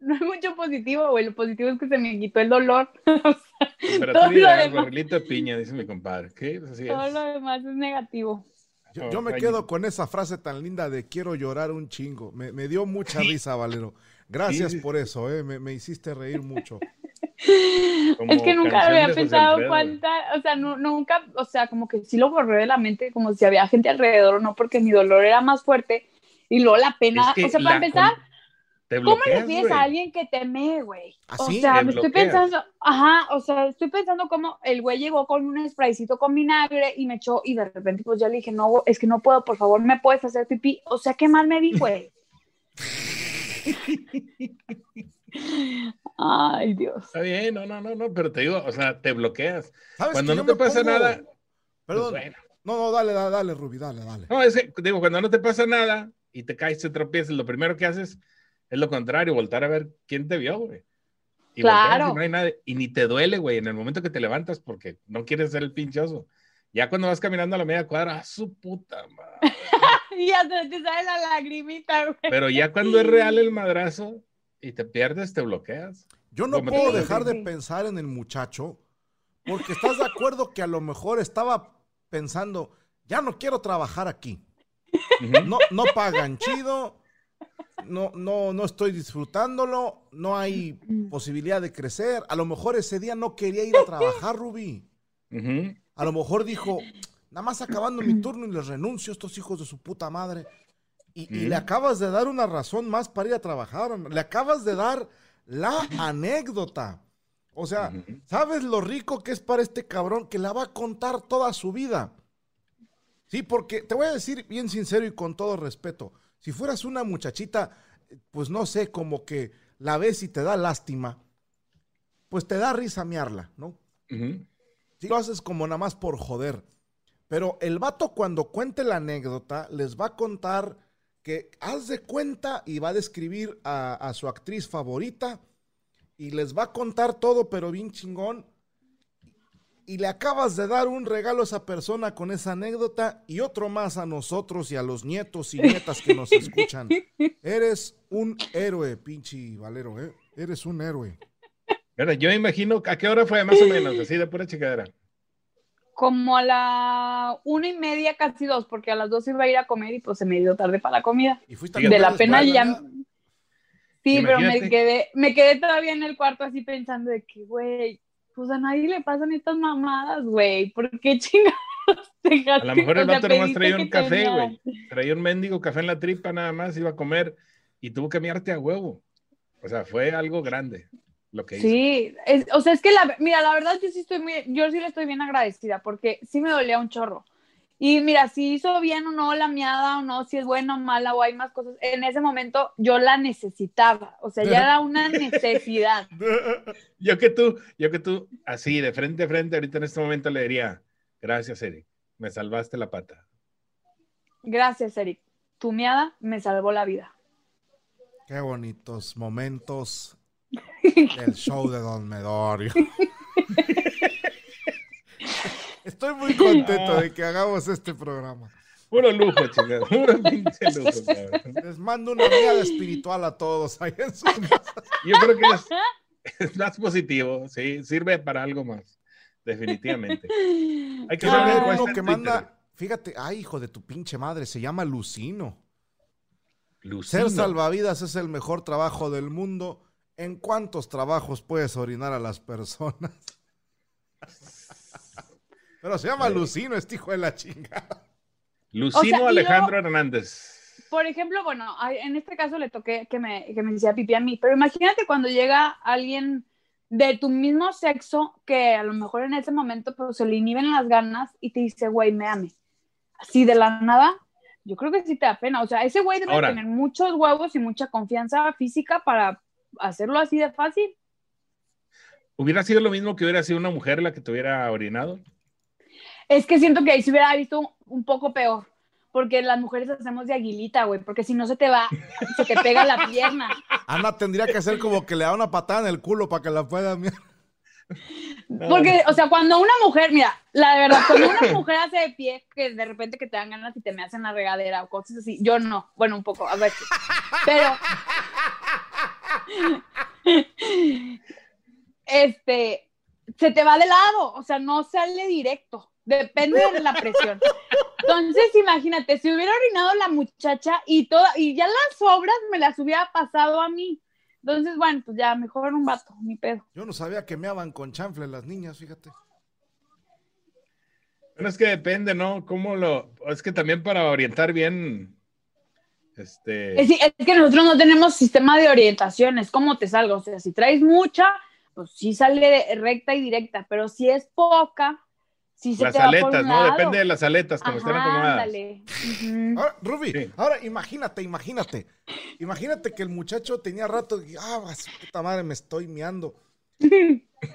no hay mucho positivo, güey. Lo positivo es que se me quitó el dolor. *laughs* O sea, Temperatura Todo lo ideal, demás. barrilito de piña, dice mi compadre. ¿Qué? Pues así todo es. lo demás es negativo. Yo, yo me Ay, quedo con esa frase tan linda de quiero llorar un chingo. Me, me dio mucha risa, Valero. Gracias Sí. Pues por eso, eh, me, me hiciste reír *laughs* mucho. como es que nunca canción de había José pensado Alfredo, güey. cuánta, o sea, nu- nunca, o sea, como que sí lo borré de la mente, como si había gente alrededor o no, porque mi dolor era más fuerte. Y luego la pena, Es que o sea, para la empezar, con- te ¿Cómo bloqueas, le pides güey. a alguien que te mee, güey? O ¿Así? sea, Te me estoy bloqueas. pensando, ajá, o sea, estoy pensando cómo el güey llegó con un spraycito con vinagre y me echó, y de repente pues yo le dije, no, es que no puedo, por favor, ¿me puedes hacer pipí? O sea, qué mal me vi, *laughs* güey. Ay, Dios. Está bien, no, no, no, no, pero te digo, o sea, te bloqueas. ¿Sabes Cuando que no yo te me pasa pongo- nada, pues Perdón. bueno. No, no, dale, dale, dale, Ruby, dale, dale. No, es que, digo, cuando no te pasa nada y te caes, te tropiezas, lo primero que haces es lo contrario, voltar a ver quién te vio, güey. Y volteas Claro. y no hay nadie. Y ni te duele, güey, en el momento que te levantas porque no quieres ser el pinchoso. Ya cuando vas caminando a la media cuadra, ¡ah, su puta madre! Y hasta te sale la lagrimita, güey. Pero ya cuando es real el madrazo y te pierdes, te bloqueas. Yo no Como puedo te- dejar de Sí. pensar en el muchacho, porque estás de acuerdo que a lo mejor estaba pensando, ya no quiero trabajar aquí. Ujú. No, no pagan chido, no, no, no estoy disfrutándolo, no hay posibilidad de crecer. A lo mejor ese día no quería ir a trabajar, Ruby. Ujú. A lo mejor dijo, nada más acabando mi turno y les renuncio a estos hijos de su puta madre. Y, y Mm. le acabas de dar una razón más para ir a trabajar. hombre. Le acabas de dar la anécdota. O sea, Ujú. ¿sabes lo rico que es para este cabrón que la va a contar toda su vida? Sí, porque te voy a decir bien sincero y con todo respeto, si fueras una muchachita, eh, pues no sé, como que la ves y te da lástima, pues te da risa miarla, ¿no? Ujú. Si lo haces como nada más por joder. Pero el vato cuando cuente la anécdota les va a contar que haz de cuenta y va a describir a, a su actriz favorita y les va a contar todo pero bien chingón. Y le acabas de dar un regalo a esa persona con esa anécdota y otro más a nosotros y a los nietos y nietas que nos *laughs* escuchan. Eres un héroe, pinche Valero, ¿eh? Eres un héroe. Ahora, yo imagino, ¿a qué hora fue más o menos? Así de pura chicadera. Como a la una y media, casi dos, porque a las dos iba a ir a comer y pues se me dio tarde para la comida. Y fuiste Fíjate. De la después, pena ya. ¿verdad? Sí, pero Imagínate. me quedé, me quedé todavía en el cuarto así pensando de que, güey, pues a nadie le pasan estas mamadas, güey. ¿Por qué chingados *laughs* A lo mejor el vato nomás traía traía un café, güey. Traía un mendigo café en la tripa nada más, iba a comer y tuvo que mirarte a huevo. O sea, fue algo grande lo que hizo. Sí, es- o sea, es que la, mira, la verdad yo sí estoy muy, yo sí le estoy bien agradecida porque sí me dolía un chorro. Y mira, si hizo bien o no la miada o no, si es buena o mala o hay más cosas, en ese momento yo la necesitaba, o sea, *laughs* ya era una necesidad. *laughs* Yo que tú, yo que tú, así de frente a frente, ahorita en este momento le diría, gracias, Eric, me salvaste la pata. Gracias, Eric. Tu miada me salvó la vida. Qué bonitos momentos del show de Don Medorio. Estoy muy contento de que hagamos este programa. Puro lujo, chicas, *laughs* puro pinche lujo. cabrón. Les mando una mirada espiritual a todos ahí en sus casas. Yo creo que es, es más positivo, sí, sirve para algo más, definitivamente. Hay que Quiero hacer una leer encuesta uno en Ah, que Twitter. manda. Fíjate, ay, hijo de tu pinche madre, se llama Lucino. Lucino. Ser salvavidas es el mejor trabajo del mundo. ¿En cuántos trabajos puedes orinar a las personas? *laughs* Pero se llama Lucino, este hijo de la chingada. Lucino O sea, y luego- Alejandro Hernández. Por ejemplo, bueno, a- en este caso le toqué que me, que me decía pipí a mí, pero imagínate cuando llega alguien de tu mismo sexo que a lo mejor en ese momento pues, se le inhiben las ganas y te dice, güey, me ame. Así de la nada, yo creo que sí te da pena. O sea, ese güey debe Ahora. tener muchos huevos y mucha confianza física para hacerlo así de fácil. ¿Hubiera sido lo mismo que hubiera sido una mujer la que te hubiera orinado? Es que siento que ahí se hubiera visto un, un poco peor. Porque las mujeres hacemos de aguilita, güey, porque si no se te va, se te pega la pierna. Ana tendría que hacer como que le da una patada en el culo para que la pueda mirar. Porque, o sea, cuando una mujer, mira, la verdad, cuando una mujer hace de pie, que de repente que te dan ganas y te me hacen la regadera o cosas así, yo no, bueno, un poco, a ver, pero... Este, se te va de lado, o sea, no sale directo, depende de la presión. Entonces, imagínate, si hubiera orinado la muchacha y toda, y ya las obras me las hubiera pasado a mí. Entonces, bueno, pues ya, mejor un vato, ni pedo. Yo no sabía que meaban con chanfle las niñas, fíjate. Bueno, es que depende, ¿no? ¿Cómo lo...? Es que también para orientar bien, este... Es, decir, es que nosotros no tenemos sistema de orientación, es como te salga. O sea, si traes mucha, pues sí sale recta y directa, pero si es poca, sí se las te va por aletas, un ¿no? lado. Depende de las aletas como estén Ajá, acomodadas. ándale. Ujú. Ahora, Ruby, Sí. ahora imagínate, imagínate. Imagínate que el muchacho tenía rato y, ah, a su puta madre, me estoy meando. Y,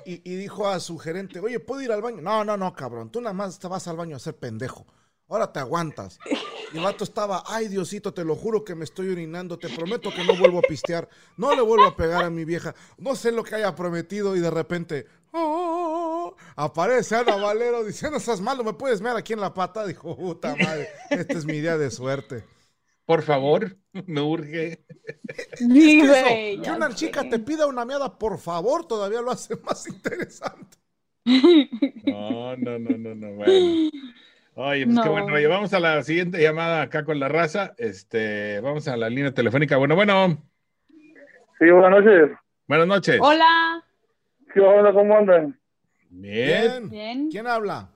y dijo a su gerente, oye, ¿puedo ir al baño? No, no, no, cabrón, tú nada más te vas al baño a ser pendejo. Ahora te aguantas. Y el vato estaba, ay, Diosito, te lo juro que me estoy orinando, te prometo que no vuelvo a pistear, no le vuelvo a pegar a mi vieja, no sé lo que haya prometido y de repente, oh, Aparece Ana Valero diciendo, estás malo, me puedes ver aquí en la pata. Dijo, puta madre, esta es mi día de suerte. Por favor, *laughs* me urge. *laughs* Sí, Eso, güey, que ya una sé. chica te pida una meada, por favor, todavía lo hace más *laughs* interesante. No, no, no, no, no. Bueno. Oye, pues qué No. bueno. Oye, vamos a la siguiente llamada acá con la raza. Este, vamos a la línea telefónica. Bueno, bueno, Sí, buenas noches. buenas noches. Hola, ¿Qué onda? ¿Cómo andan? Bien. bien. ¿Quién habla?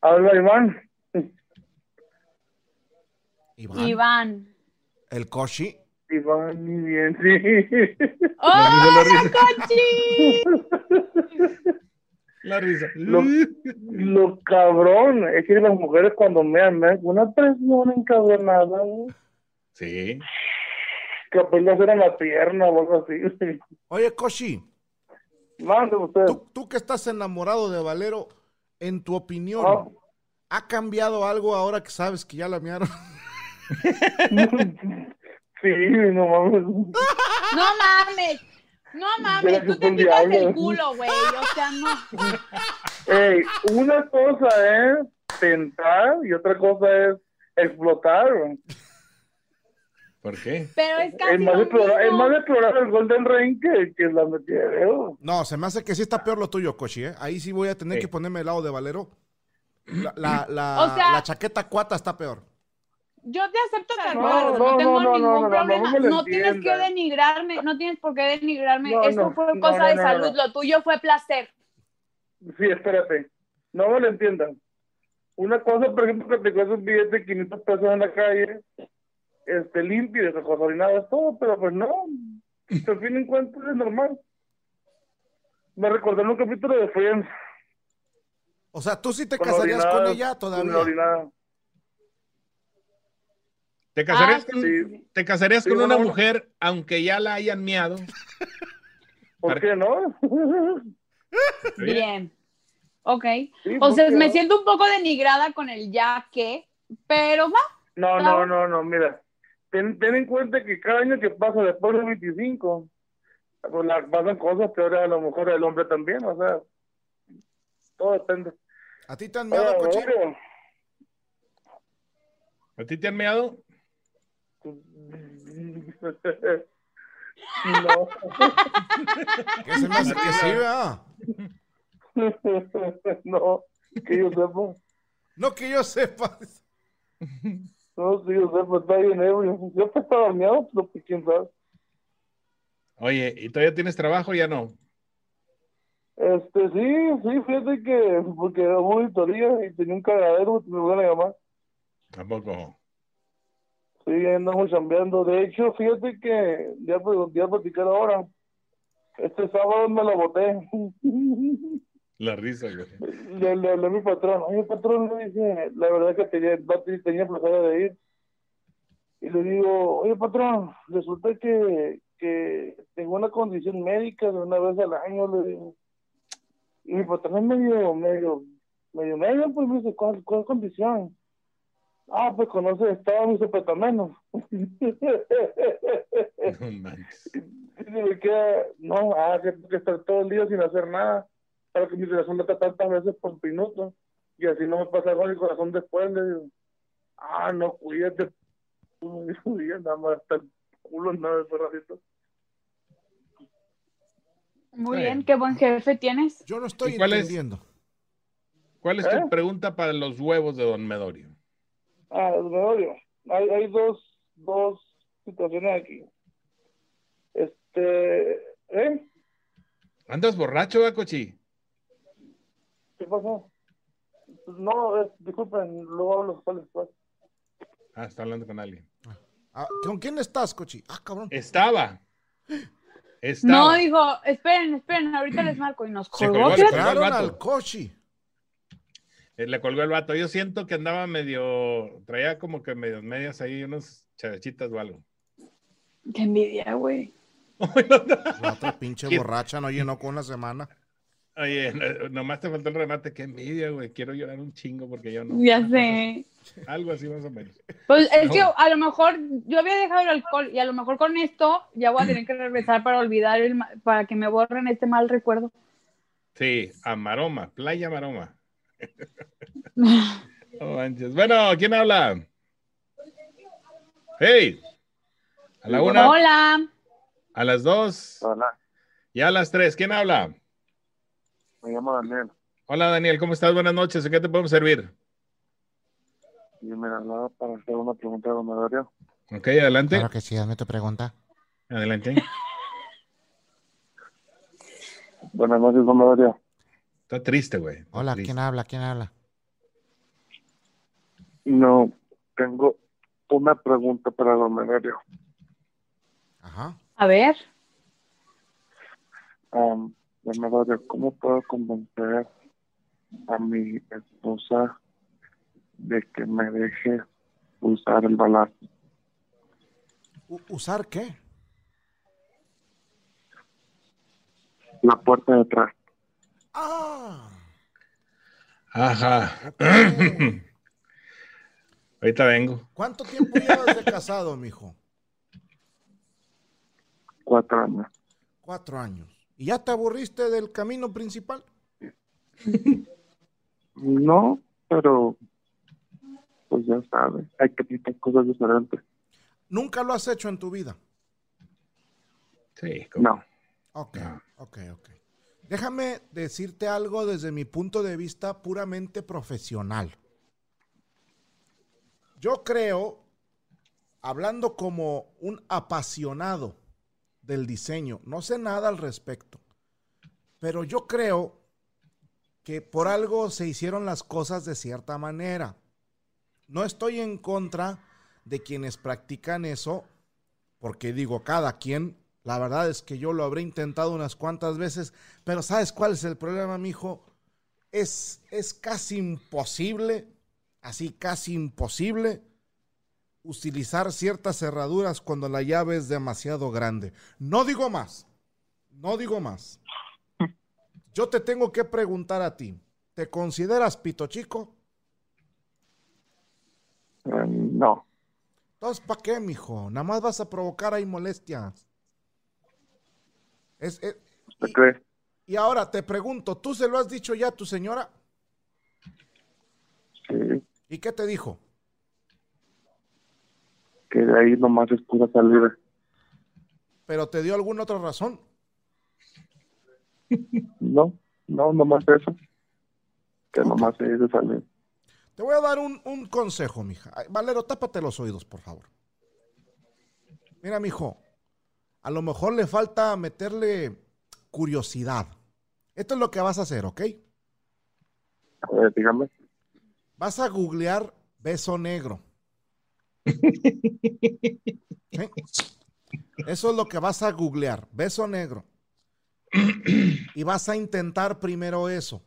Habla Iván. Iván. Iván. El Koshi. Iván, muy bien, sí. ¡Hola, Cochi! La risa. Lo- Lo cabrón es que las mujeres cuando mean, me dan una presión encabronada, güey, Sí. que apenas hacer en la pierna o algo así. güey. *laughs* Oye, Koshi, Mande usted. tú, tú que estás enamorado de Valero, en tu opinión, Ah. ¿ha cambiado algo ahora que sabes que ya la mearon? *laughs* Sí, no mames. No mames. No Pero mames, que tú fue te un picas diablo. el culo, güey. O sea, no. Ey, una cosa es tentar y otra cosa es explotar. güey. ¿Por qué? Pero es casi Es más, lo explorar, es mismo. más explorar el Golden Ring que, que la metida de dedo. No, se me hace que sí está peor lo tuyo, Koshi, ¿eh? Ahí sí voy a tener Sí. que ponerme del lado de Valero. La, *clears throat* la- la- O sea- la chaqueta cuata está peor. Yo te acepto que No, no, no, no tengo no, no, ningún no, no, no, problema. no No, me lo tienes que entiendas. denigrarme, no tienes por qué denigrarme. No, Esto no, fue no, cosa no, de no, salud, no. lo tuyo fue placer. Sí, espérate. No me lo entiendan. Una cosa, por ejemplo, que te cuesta un billete de 500 pesos en la calle, este, limpio y desacosorinado, es todo, pero pues no. Al fin en cuenta es normal. Me recordaron un capítulo de Friends. O sea, tú sí te con casarías con orinadas, ella todavía. Con orinada. ¿Te casarías Ah, con, sí. te casarías Sí, con bueno, una bueno. mujer aunque ya la hayan miado? ¿Por qué no? Bien. Ok. Sí, O sea, ¿por qué me no? siento un poco denigrada con el ya que, pero va. No, Claro. no, no, no, mira. Ten, ten en cuenta que cada año que pasa después de 25, pues la- pasan cosas peores a lo mejor del hombre también, o sea, todo depende. ¿A ti te han meado, Ahora, Koshi? ahora, ¿A ti te *laughs* han miado? No. Que se me hace que sí, ¿verdad? *laughs* no, que yo sepa. No que yo sepa. *laughs* No, que yo sepa, está bien ebrio. Yo pues, estaba miedo, pero pues, quién sabe. Oye, ¿y todavía tienes trabajo? Ya no. Este, sí, sí, fíjate que, porque era una auditoría y tenía un cagadero, me van a llamar. Tampoco. Sí, ahí andamos chambeando. De hecho, fíjate que ya pues, ya platicar ahora. Este sábado me lo boté. La risa, güey. Le, le hablé a mi patrón. Oye, patrón, le dije, la verdad que tenía, no te- tenía flojera de ir. Y le digo, oye, patrón, resulta que, que tengo una condición médica de una vez al año, le digo. Y mi patrón es medio, medio, medio, medio, pues me dice, ¿cuál, cuál condición? Ah, pues conoce estaba mis *laughs* menos. No manches. Y me queda, no, ah, que tengo que estar todo el día sin hacer nada, para que mi corazón lata tantas veces por minuto, y así no me pasa algo en el corazón después, le digo, ah, no, cuídate, me dijo, "Ya, nada más hasta el culo, nada de perracito. Muy Sí. bien, qué buen jefe tienes. Yo no estoy ¿Y cuál es? entendiendo. ¿Cuál es ¿Eh? tu pregunta para los huevos de Don Medorio? Ah, me odio. Hay, hay dos, dos situaciones aquí. Este, ¿eh? ¿Andas borracho, eh, Cochi? ¿Qué pasó? No, es- disculpen, luego hablo, ¿cuál es cuál? Ah, está hablando con alguien. Ah, ¿Con quién estás, Cochi? Ah, cabrón. Estaba. No, Estaba. dijo, esperen, esperen, ahorita les marco y nos Se colgó. colgó, fíjate. colgó el Pegaron vato. al Koshi. Eh, Le colgó el vato. Yo siento que andaba medio, traía como que medias medias ahí, unas charachitas o algo. Qué envidia, güey. La otra pinche ¿Quién? borracha no llenó con una semana. Oye, no- nomás te faltó el remate. Qué envidia, güey. Quiero llorar un chingo porque yo no. Ya sé. Algo así más o menos. Pues es No. que a lo mejor yo había dejado el alcohol y a lo mejor con esto ya voy a tener que regresar para olvidar, el ma- para que me borren este mal recuerdo. Sí, a Maroma, Playa Maroma. No manches. Bueno, ¿quién habla? Hey. A la una, Hola. a las dos Hola, y a las tres. ¿Quién habla? me llamo Daniel. Hola Daniel, ¿cómo estás? Buenas noches. ¿En qué te podemos servir? Y me hablaba para hacer una pregunta al honorario. Ok, adelante. Claro que sí, hazme tu pregunta. Adelante. Buenas noches, honorario. Está triste, güey. Está Hola, triste. ¿quién habla? ¿Quién habla? No, tengo una pregunta para el honorario. Ajá. A ver. Um, honorario, ¿cómo puedo convencer a mi esposa de que me deje usar el balazo? U- ¿Usar qué? La puerta de atrás. Ah, Ajá. *clears throat* ok. Ahorita vengo. ¿Cuánto tiempo llevas de casado, mijo? Cuatro años. Cuatro años. ¿Y ya te aburriste del camino principal? No, pero pues ya sabes, hay que pintar cosas diferentes. ¿Nunca lo has hecho en tu vida? Sí, como- No, Ok, No. ok, ok. Déjame decirte algo desde mi punto de vista puramente profesional. Yo creo, hablando como un apasionado del diseño, no sé nada al respecto, pero yo creo que por algo se hicieron las cosas de cierta manera. No estoy en contra de quienes practican eso, porque digo, cada quien, la verdad es que yo lo habré intentado unas cuantas veces, pero ¿sabes cuál es el problema, mijo? Es, es casi imposible, así casi imposible, utilizar ciertas cerraduras cuando la llave es demasiado grande. No digo más, no digo más. Yo te tengo que preguntar a ti, ¿te consideras pito chico? eh, no. Entonces, ¿para qué, mijo? Nada más vas a provocar ahí molestias. Es, es- ¿Usted cree? y, y ahora te pregunto, ¿tú se lo has dicho ya a tu señora? Sí, ¿Y qué te dijo? que de ahí nomás es pura *laughs* salida. ¿Pero te dio alguna otra razón? No, no, nomás eso. Que nomás es de salir. Te voy a dar un, un consejo, mija. Ay, Valero, tápate los oídos, por favor. Mira, mijo, a lo mejor le falta meterle curiosidad. Esto es lo que vas a hacer, ¿ok? A ver, dígame. Vas a googlear beso negro. ¿Sí? Eso es lo que vas a googlear, beso negro. Y vas a intentar primero eso.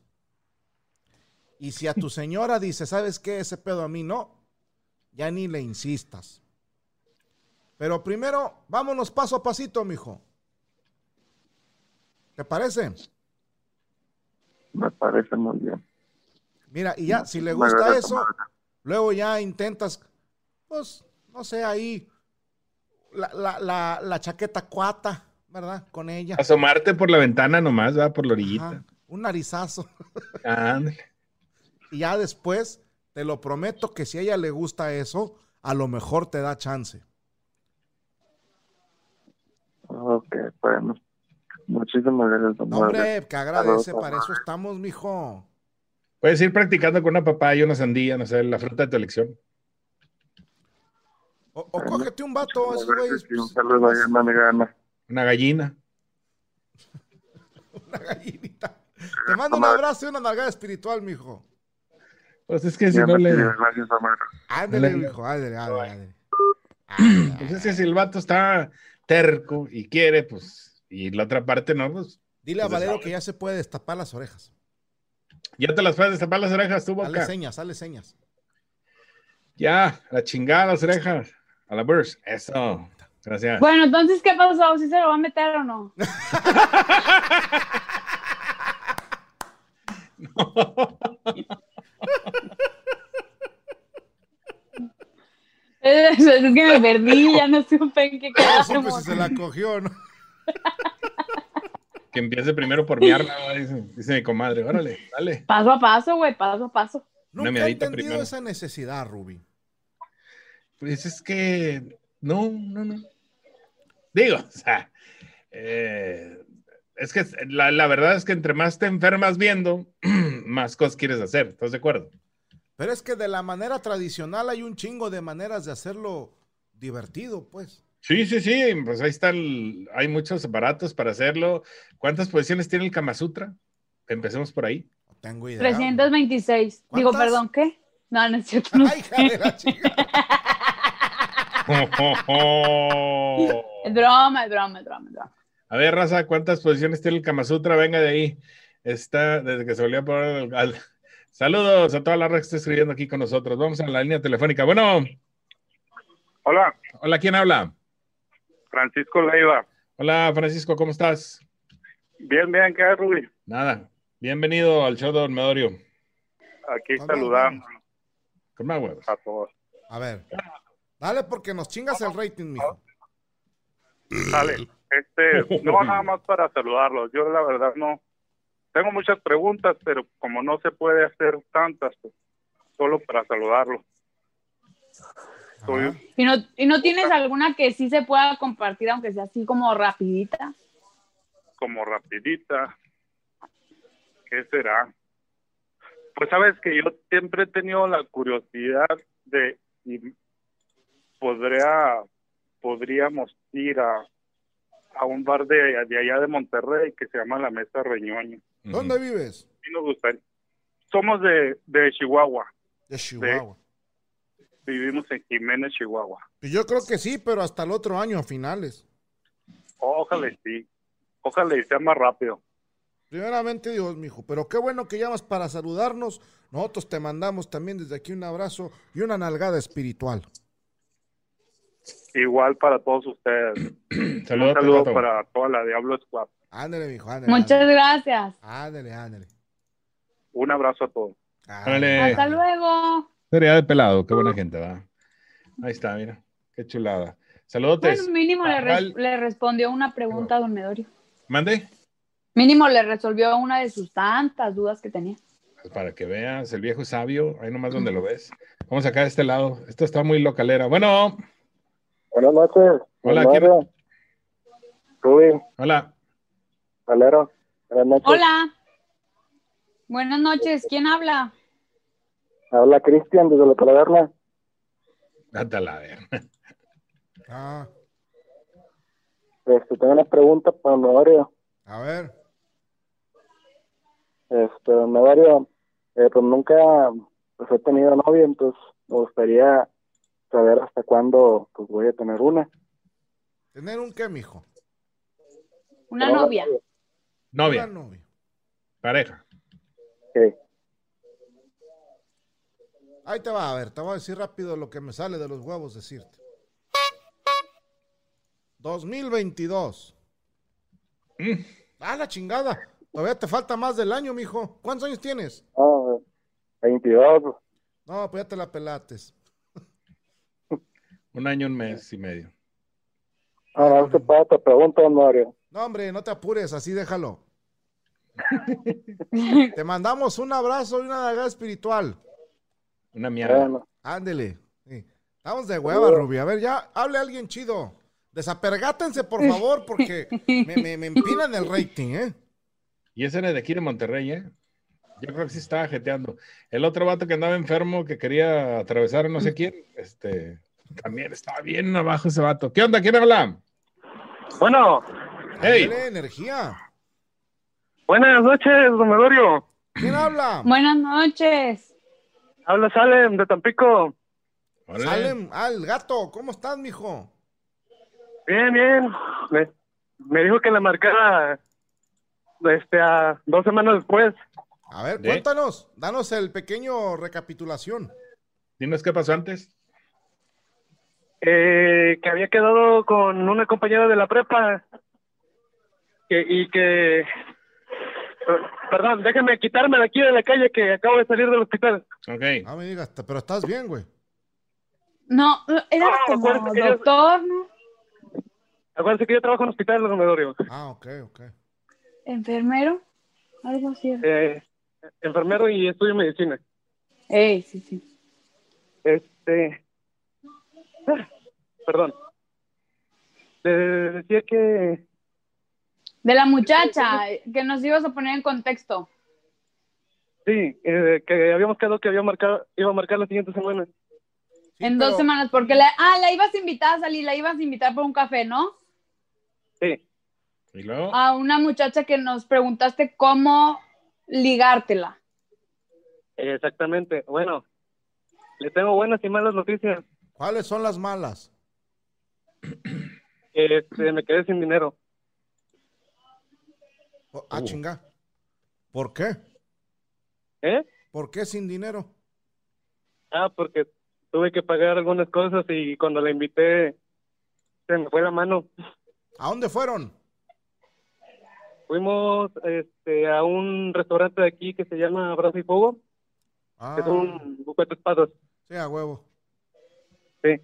Y si a tu señora dice, ¿sabes qué? Ese pedo a mí no, ya ni le insistas. Pero primero, vámonos paso a pasito, mijo. ¿Te parece? Me parece muy bien. Mira, y ya, si le Me gusta agrada eso, tomar. Luego ya intentas, pues, no sé, ahí la, la- la- la chaqueta cuata, ¿verdad? Con ella. Asomarte por la ventana nomás, va por la Ajá, orillita. un narizazo. *laughs* Ándale. Y ya después, te lo prometo que si a ella le gusta eso, a lo mejor te da chance. Ok, bueno. Muchísimas gracias, No, honorario. hombre, que agradece, para eso estamos, mijo. Puedes ir practicando con una papaya, una sandía, no sé, la fruta de tu elección. O, o cógete un vato, Muchísimas esos gracias güeyes. y un pues, saludo ahí a mi amiga Ana. Una gallina. *laughs* una gallinita. Te mando un Tomar. abrazo y una nalgada espiritual, mijo. Pues es que si Ya no me le. pidió, Gracias, honorario. Ándale, Dale. mijo, ándale, ándale, ándale. *clears throat* Pues es que si el vato está terco y quiere, pues. Y la otra parte no, pues. Dile a Pues, Valero dale. que ya se puede destapar las orejas. Ya te las puedes destapar las orejas, tú, Dale boca. señas, dale señas. Ya, la chingada las orejas. A la burst. Eso. Gracias. Bueno, entonces, ¿qué pasó? ¿Sí se lo va a meter o no? Es, es que me perdí, ya no supe en qué No quedamos. supe si se la cogió, o ¿no? Que empiece primero por miarla, ¿verdad? dice, dice mi comadre. Órale, dale. Paso a paso, güey, paso a paso. Nunca he miadita entendido primero. esa necesidad, Ruby. Pues es que no, no, no. Digo, *laughs* o sea, eh, es que la, la verdad es que entre más te enfermas viendo, *clears throat* más cosas quieres hacer. ¿Estás de acuerdo? Pero es que de la manera tradicional hay un chingo de maneras de hacerlo divertido, pues. Sí, sí, sí. Pues ahí está, el- hay muchos aparatos para hacerlo. ¿Cuántas posiciones tiene el Kama Sutra? Empecemos por ahí. No tengo idea. 326. Digo, ¿Cuántas? perdón, ¿qué? No, no es cierto. no. Ay, hija de la chica. *laughs* Es broma, es broma, es broma, es broma. A ver, Raza, ¿cuántas posiciones tiene el Kama Sutra? Venga de ahí. Está desde que se volvió a poner el- al- *laughs* Saludos a toda la raza que está escribiendo aquí con nosotros. Vamos a la línea telefónica. Bueno, Hola, hola, ¿quién habla? Francisco Leiva. Hola, Francisco, ¿cómo estás? Bien, bien, ¿qué hay, Ruby? Nada. Bienvenido al show de Dormedorio. Aquí Hola, saludando Con más huevos. a todos. A ver. Dale porque nos chingas el rating, mijo. Sale. Este, no, nada más para saludarlos. Yo, la verdad, no. Tengo muchas preguntas, pero como no se puede hacer tantas, pues, solo para saludarlos. Soy- Ajá. ¿Y no, ¿Y *laughs* no tienes alguna que sí se pueda compartir, aunque sea así como rapidita? como rapidita. ¿Qué será? Pues sabes que yo siempre he tenido la curiosidad de si podría, podríamos ir a, a un bar de, de allá de Monterrey que se llama La Mesa Reñoña. ¿Dónde vives? Sí nos gustaría. Somos de, de Chihuahua, De Chihuahua. vivimos en Jiménez, Chihuahua. Pues yo creo que sí, pero hasta el otro año a finales. Ojalá y sí, ojalá y sea más rápido. Primeramente Dios, mijo. Pero qué bueno que llamas para saludarnos. Nosotros te mandamos también desde aquí un abrazo y una nalgada espiritual. Igual para todos *clears throat* ustedes. Ujú. Un Saludos, saludo Tato. para toda la Diablo Squad. Ándale, mijo, ándale. Muchas ándale. gracias. Ándale, ándale. Un abrazo a todos. Ándale. Eh. Hasta luego. Feria de pelado, qué buena gente, va. Ahí está, mira. Qué chulada. Saludotes. Bueno, mínimo le, res- Al- le respondió una pregunta a Don Medorio. Mande. Mínimo le resolvió una de sus tantas dudas que tenía. Pues Para que veas, el viejo sabio, ahí nomás donde lo ves. Vamos acá de este lado. Esto está muy localera. Bueno, Buenas noches. Hola, ¿quién- Mario. Rubén, hola. Valero. Buenas noches. Hola. Buenas noches. ¿Quién habla? Habla Cristian desde la Calaverna. Ándala, a ver. *laughs* Ah, Este, tengo una pregunta para Mario. a ver. Este, Mario, eh, pues nunca pues, he tenido novia, entonces me gustaría saber hasta cuándo pues voy a tener una. ¿Tener un qué, mijo? Una novia. Una Novia, novia. pareja. Sí. Ahí te va, a ver, te voy a decir rápido lo que me sale de los huevos decirte. 2022. Mm. Ah, la chingada. Todavía te falta más del año, mijo. ¿Cuántos años tienes? Ah, 22, No, pues ya te la pelates. Un año, un mes y medio. Ah, no se puede, te pregunto, Mario. No, hombre, no te apures, así déjalo. te mandamos un abrazo y una daga espiritual. Una mierda. Bueno, Ándele. Sí. Estamos de hueva, Ruby. A ver, ya, hable alguien chido. Desapergátense, por favor, porque me, me, me empinan el rating, ¿eh? Y ese era de aquí de Monterrey, ¿eh? Yo creo que sí estaba jeteando. El otro vato que andaba enfermo, que quería atravesar a no sé quién, este, también estaba bien abajo ese vato. ¿Qué onda? ¿Quién habla? bueno ¡Hey! Ándele, energía. buenas noches, Domedorio. ¿Quién habla? Buenas noches. Habla Salem de Tampico. *laughs* Órale. Salem, al gato, ¿cómo estás, mijo? Bien, bien. Me, me dijo que la marcara este, a dos semanas después. A ver, ¿De? cuéntanos, danos el pequeño recapitulación. Dinos qué pasó antes. eh, que había quedado con una compañera de la prepa que, y que... Perdón, déjame quitarme de aquí de la calle que acabo de salir del hospital. Ok. No Ah, me digas, t- pero estás bien, güey. No, no, era No, como acuérdate que yo- doctor, ¿no? Acuérdense que yo trabajo en un hospital, Romedorio. Ah, ok, ok. enfermero, algo así. era. Eh, enfermero y estudio medicina. Ey, sí, sí. Este. ah, Perdón. Le decía que. De la muchacha, eh, que nos ibas a poner en contexto. Sí, eh, que habíamos quedado que había marcado, iba a marcar la siguiente semana. Sí, en dos pero- semanas, porque la, ah, la ibas a invitar a salir, la ibas a invitar por un café, ¿no? Sí, Y luego, A una muchacha que nos preguntaste cómo ligártela. exactamente. Bueno, le tengo buenas y malas noticias. ¿Cuáles son las malas? Este, me quedé sin dinero. O- Ah, Uh. chinga. ¿Por qué? ¿Eh? ¿Por qué sin dinero? Ah, porque tuve que pagar algunas cosas y cuando la invité se me fue la mano. ¿A dónde fueron? Fuimos este, a un restaurante de aquí que se llama Brazo y Fuego, Ah, que es un buffet de espadas. sí, a huevo. Sí.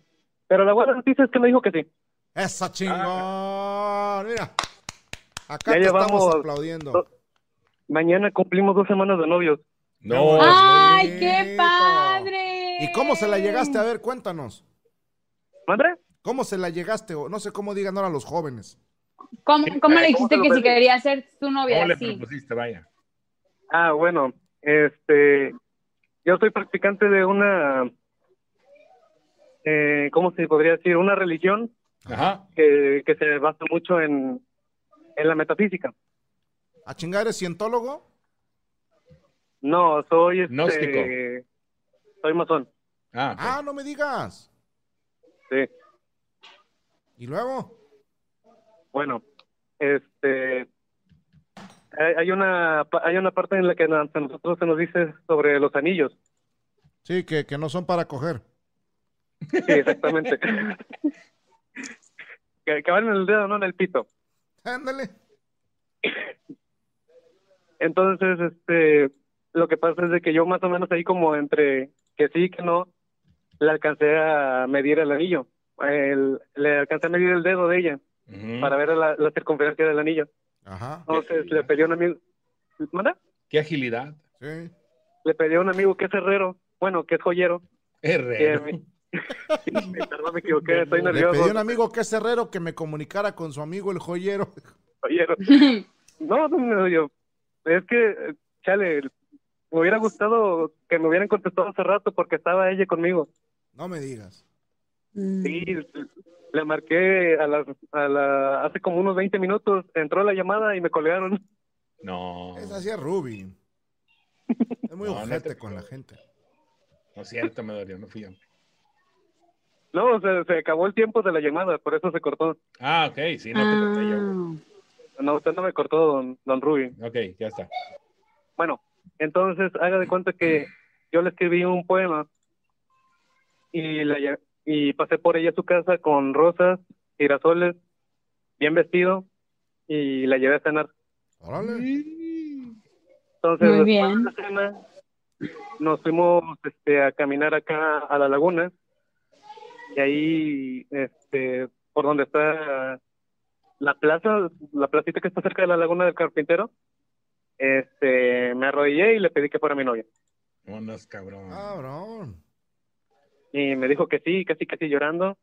Pero la buena noticia es que me dijo que sí. Ah, Esa chingón. Ah, Mira. Acá Ya te estamos llevamos aplaudiendo. dos- Mañana cumplimos dos semanas de novios. no, Oh, ¡Ay, bonito. qué padre! ¿Y cómo se la llegaste? A ver, cuéntanos. ¿Madre? ¿Cómo se la llegaste? O no sé cómo digan ahora los jóvenes. ¿Cómo, cómo le ¿Cómo dijiste se lo que si pedí? quería ser tu novia? ¿cómo le Sí. propusiste? Vaya. Ah, bueno, este, yo soy practicante de una, eh, ¿cómo se podría decir? Una religión Ajá. que, que se basa mucho en, en la metafísica. ¿A chingar eres cientólogo? No, soy este, Gnóstico. soy masón. Ah, ok. Ah, no me digas. Sí. ¿Y luego? Bueno, este, hay, hay una pa- hay una parte en la que a nosotros se nos dice sobre los anillos. Sí, que, que no son para coger. Sí, *laughs* exactamente. que, que van en el dedo, no en el pito. Ándale. Entonces, este, lo que pasa es de que yo más o menos ahí como entre que sí y que no, le alcancé a medir el anillo. El- le alcancé a medir el dedo de ella Ujú. para ver la, la circunferencia del anillo. Ajá. Entonces le pedí a un amigo, ¿manda? Qué agilidad. Sí. Le pedí a un amigo que es herrero, bueno, que es joyero. *laughs* Herrero. Que me- perdón, *laughs* me equivoqué, estoy Le pedí a nervioso. un amigo que es herrero que me comunicara con su amigo el joyero. Joyero. No, no, no, yo, es que, eh, chale, me hubiera gustado que me hubieran contestado hace rato porque estaba ella conmigo. No me digas. Sí, le marqué a las, a la, hace como unos 20 minutos, entró la llamada y me colgaron. *laughs* No, Esa sí es Ruby. Es muy No, no ojete te- con la gente. no es cierto, me dolió, no fui yo. No, se, se acabó el tiempo de la llamada, por eso se cortó. Ah, ok, sí, no te corté yo. güey. Ah. No, usted no me cortó, don, don Ruby. Ok, ya está. Bueno, entonces haga de cuenta que yo le escribí un poema y, la lle- y pasé por ella a su casa con rosas, girasoles, bien vestido y la llevé a cenar. Órale. Entonces, Muy después bien. de la cena, nos fuimos este, a caminar acá a la laguna y ahí, este, por donde está la plaza, la placita que está cerca de la laguna del carpintero, este, me arrodillé y le pedí que fuera mi novia. Vámonos, cabrón. Cabrón. y me dijo que sí, casi casi llorando.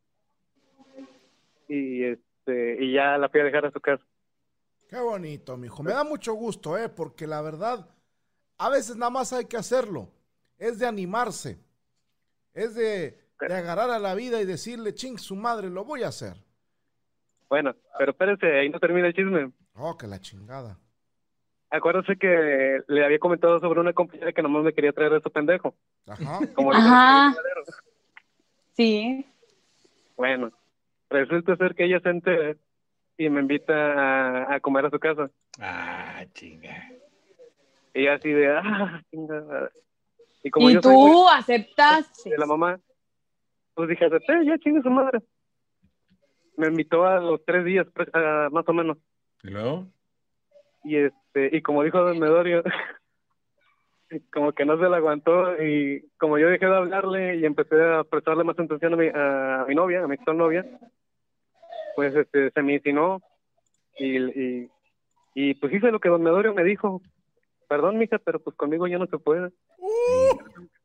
Y este y ya la fui a dejar a su casa. Qué bonito, mijo. Me da mucho gusto, ¿eh? Porque la verdad, a veces nada más hay que hacerlo. Es de animarse. Es de, de agarrar a la vida y decirle, ching, su madre, lo voy a hacer. Bueno, pero espérense, ahí no termina el chisme. Oh, que la chingada. Acuérdese que le había comentado sobre una compañera que nomás me quería traer a su pendejo. Ajá. Como dice- Ajá. Sí. bueno, resulta ser que ella se entera y me invita a, a comer a su casa. Ah, chinga. Y yo así de, ah, chingada. Y como Y yo soy muy tú aceptaste. de la mamá, pues dije, acepté, ya chingue su madre. Me invitó a los tres días, pre- ah, más o menos. ¿Y luego? y este y como dijo Don Medorio *laughs* como que no se la aguantó y como yo dejé de hablarle y empecé a prestarle más atención a mi, a mi novia, a mi actual novia, pues este, se me insinuó y, y Y pues hice lo que don Medorio me dijo. Perdón, mija, pero pues conmigo ya no se puede.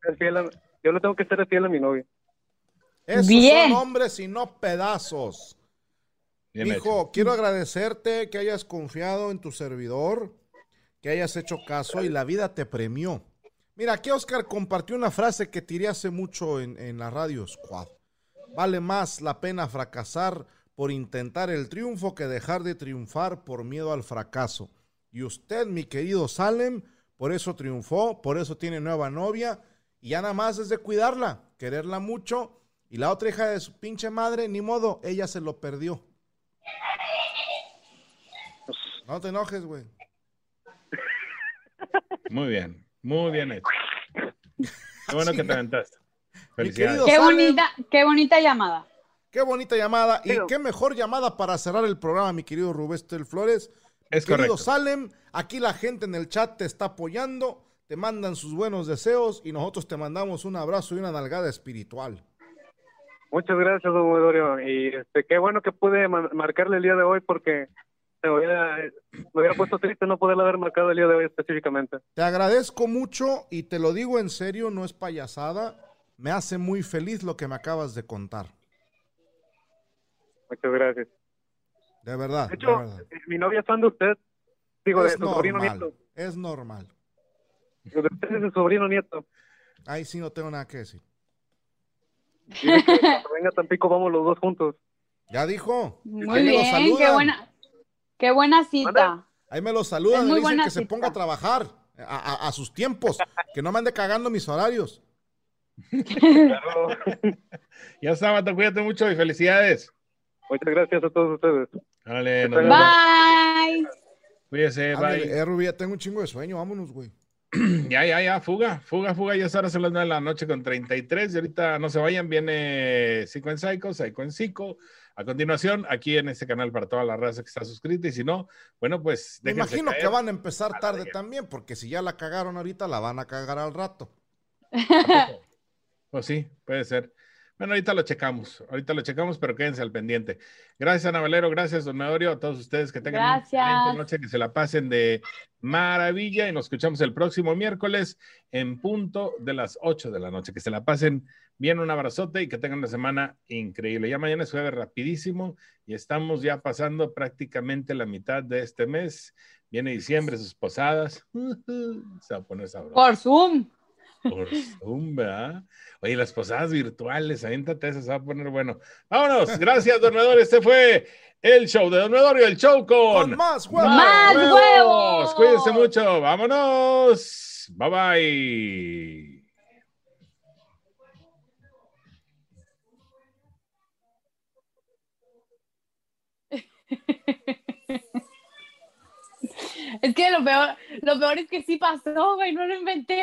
Ser fiel a- yo le tengo que ser fiel a mi novia. Esos Bien. son hombres y no pedazos. Bien Hijo, quiero agradecerte que hayas confiado en tu servidor, que hayas hecho caso y la vida te premió. Mira, aquí Oscar compartió una frase que tiré hace mucho en, en la radio Squad. Vale más la pena fracasar por intentar el triunfo que dejar de triunfar por miedo al fracaso. Y usted, mi querido Salem, por eso triunfó, por eso tiene nueva novia. Y ya nada más es de cuidarla, quererla mucho. Y la otra hija de su pinche madre, ni modo, ella se lo perdió. No te enojes, güey. hecho. Muy bien, muy bien hecho. Qué bueno que te aventaste. querido- Felicidades. Qué salen. bonita, qué bonita llamada. Qué bonita llamada y Digo- qué mejor llamada para cerrar el programa, mi querido Rubestel Flores. Es querido correcto. Salem, aquí la gente en el chat te está apoyando, te mandan sus buenos deseos y nosotros te mandamos un abrazo y una nalgada espiritual. Muchas gracias, don Medorio. Y este, qué bueno que pude ma- marcarle el día de hoy porque me hubiera, me hubiera puesto triste no poderle haber marcado el día de hoy específicamente. Te agradezco mucho y te lo digo en serio, no es payasada. Me hace muy feliz lo que me acabas de contar. Muchas gracias. De verdad. De De hecho, verdad. eh, mi novia es fan de usted. Digo, de Es su sobrino normal. nieto. Es normal. Digo, De usted es su sobrino nieto. Ahí sí no tengo nada que decir. Dice que cuando venga a Tampico, vamos los dos juntos. Ya dijo. Muy Ahí me lo bien, qué saludan. buena, qué buena cita. Ahí me lo Es saludan, muy me dicen buena que se cita. ponga a trabajar a, a- a sus tiempos, que no me ande cagando mis *laughs* horarios. Claro. Ya está, Vato, cuídate mucho y felicidades. Muchas gracias a todos ustedes. Órale, nos Bye. vemos. Bye. Cuídese, Ándale, bye. eh, Rubí, ya tengo un chingo de sueño, vámonos, güey. *clears throat* Ya, ya, ya, fuga, fuga, fuga. Ya es ahora son las 9 de la noche con 33. Y ahorita no se vayan, viene Psycho en Psycho, Psycho en Psycho. A continuación, aquí en este canal para toda la raza que está suscrita. Y si no, bueno, pues Me déjense imagino caer. que van a em- empezar la tarde verga. también, porque si ya la cagaron ahorita, la van a cagar al *laughs* rato. Pues sí, puede ser. Bueno, ahorita lo checamos, ahorita lo checamos, pero quédense al pendiente. Gracias, Ana Valero, gracias, don Medorio, a todos ustedes que tengan una Gracias. excelente noche, que se la pasen de maravilla y nos escuchamos el próximo miércoles en punto de las 8 de la noche. Que se la pasen bien, un abrazote y que tengan una semana increíble. Ya mañana es jueves rapidísimo y estamos ya pasando prácticamente la mitad de este mes. Viene diciembre, sus posadas. Se va a poner sabroso. Por Zoom. Por Zoom, ¿verdad? Oye, las posadas virtuales, aviéntate esas, se va a poner bueno. Vámonos, gracias, Dormedor. Este fue el show de Dormedor y el show ¡Con con. más, güey! ¡Más huevos! Cuídense mucho, vámonos. Bye bye. Es que lo peor, lo peor es que sí pasó, güey, no lo inventé.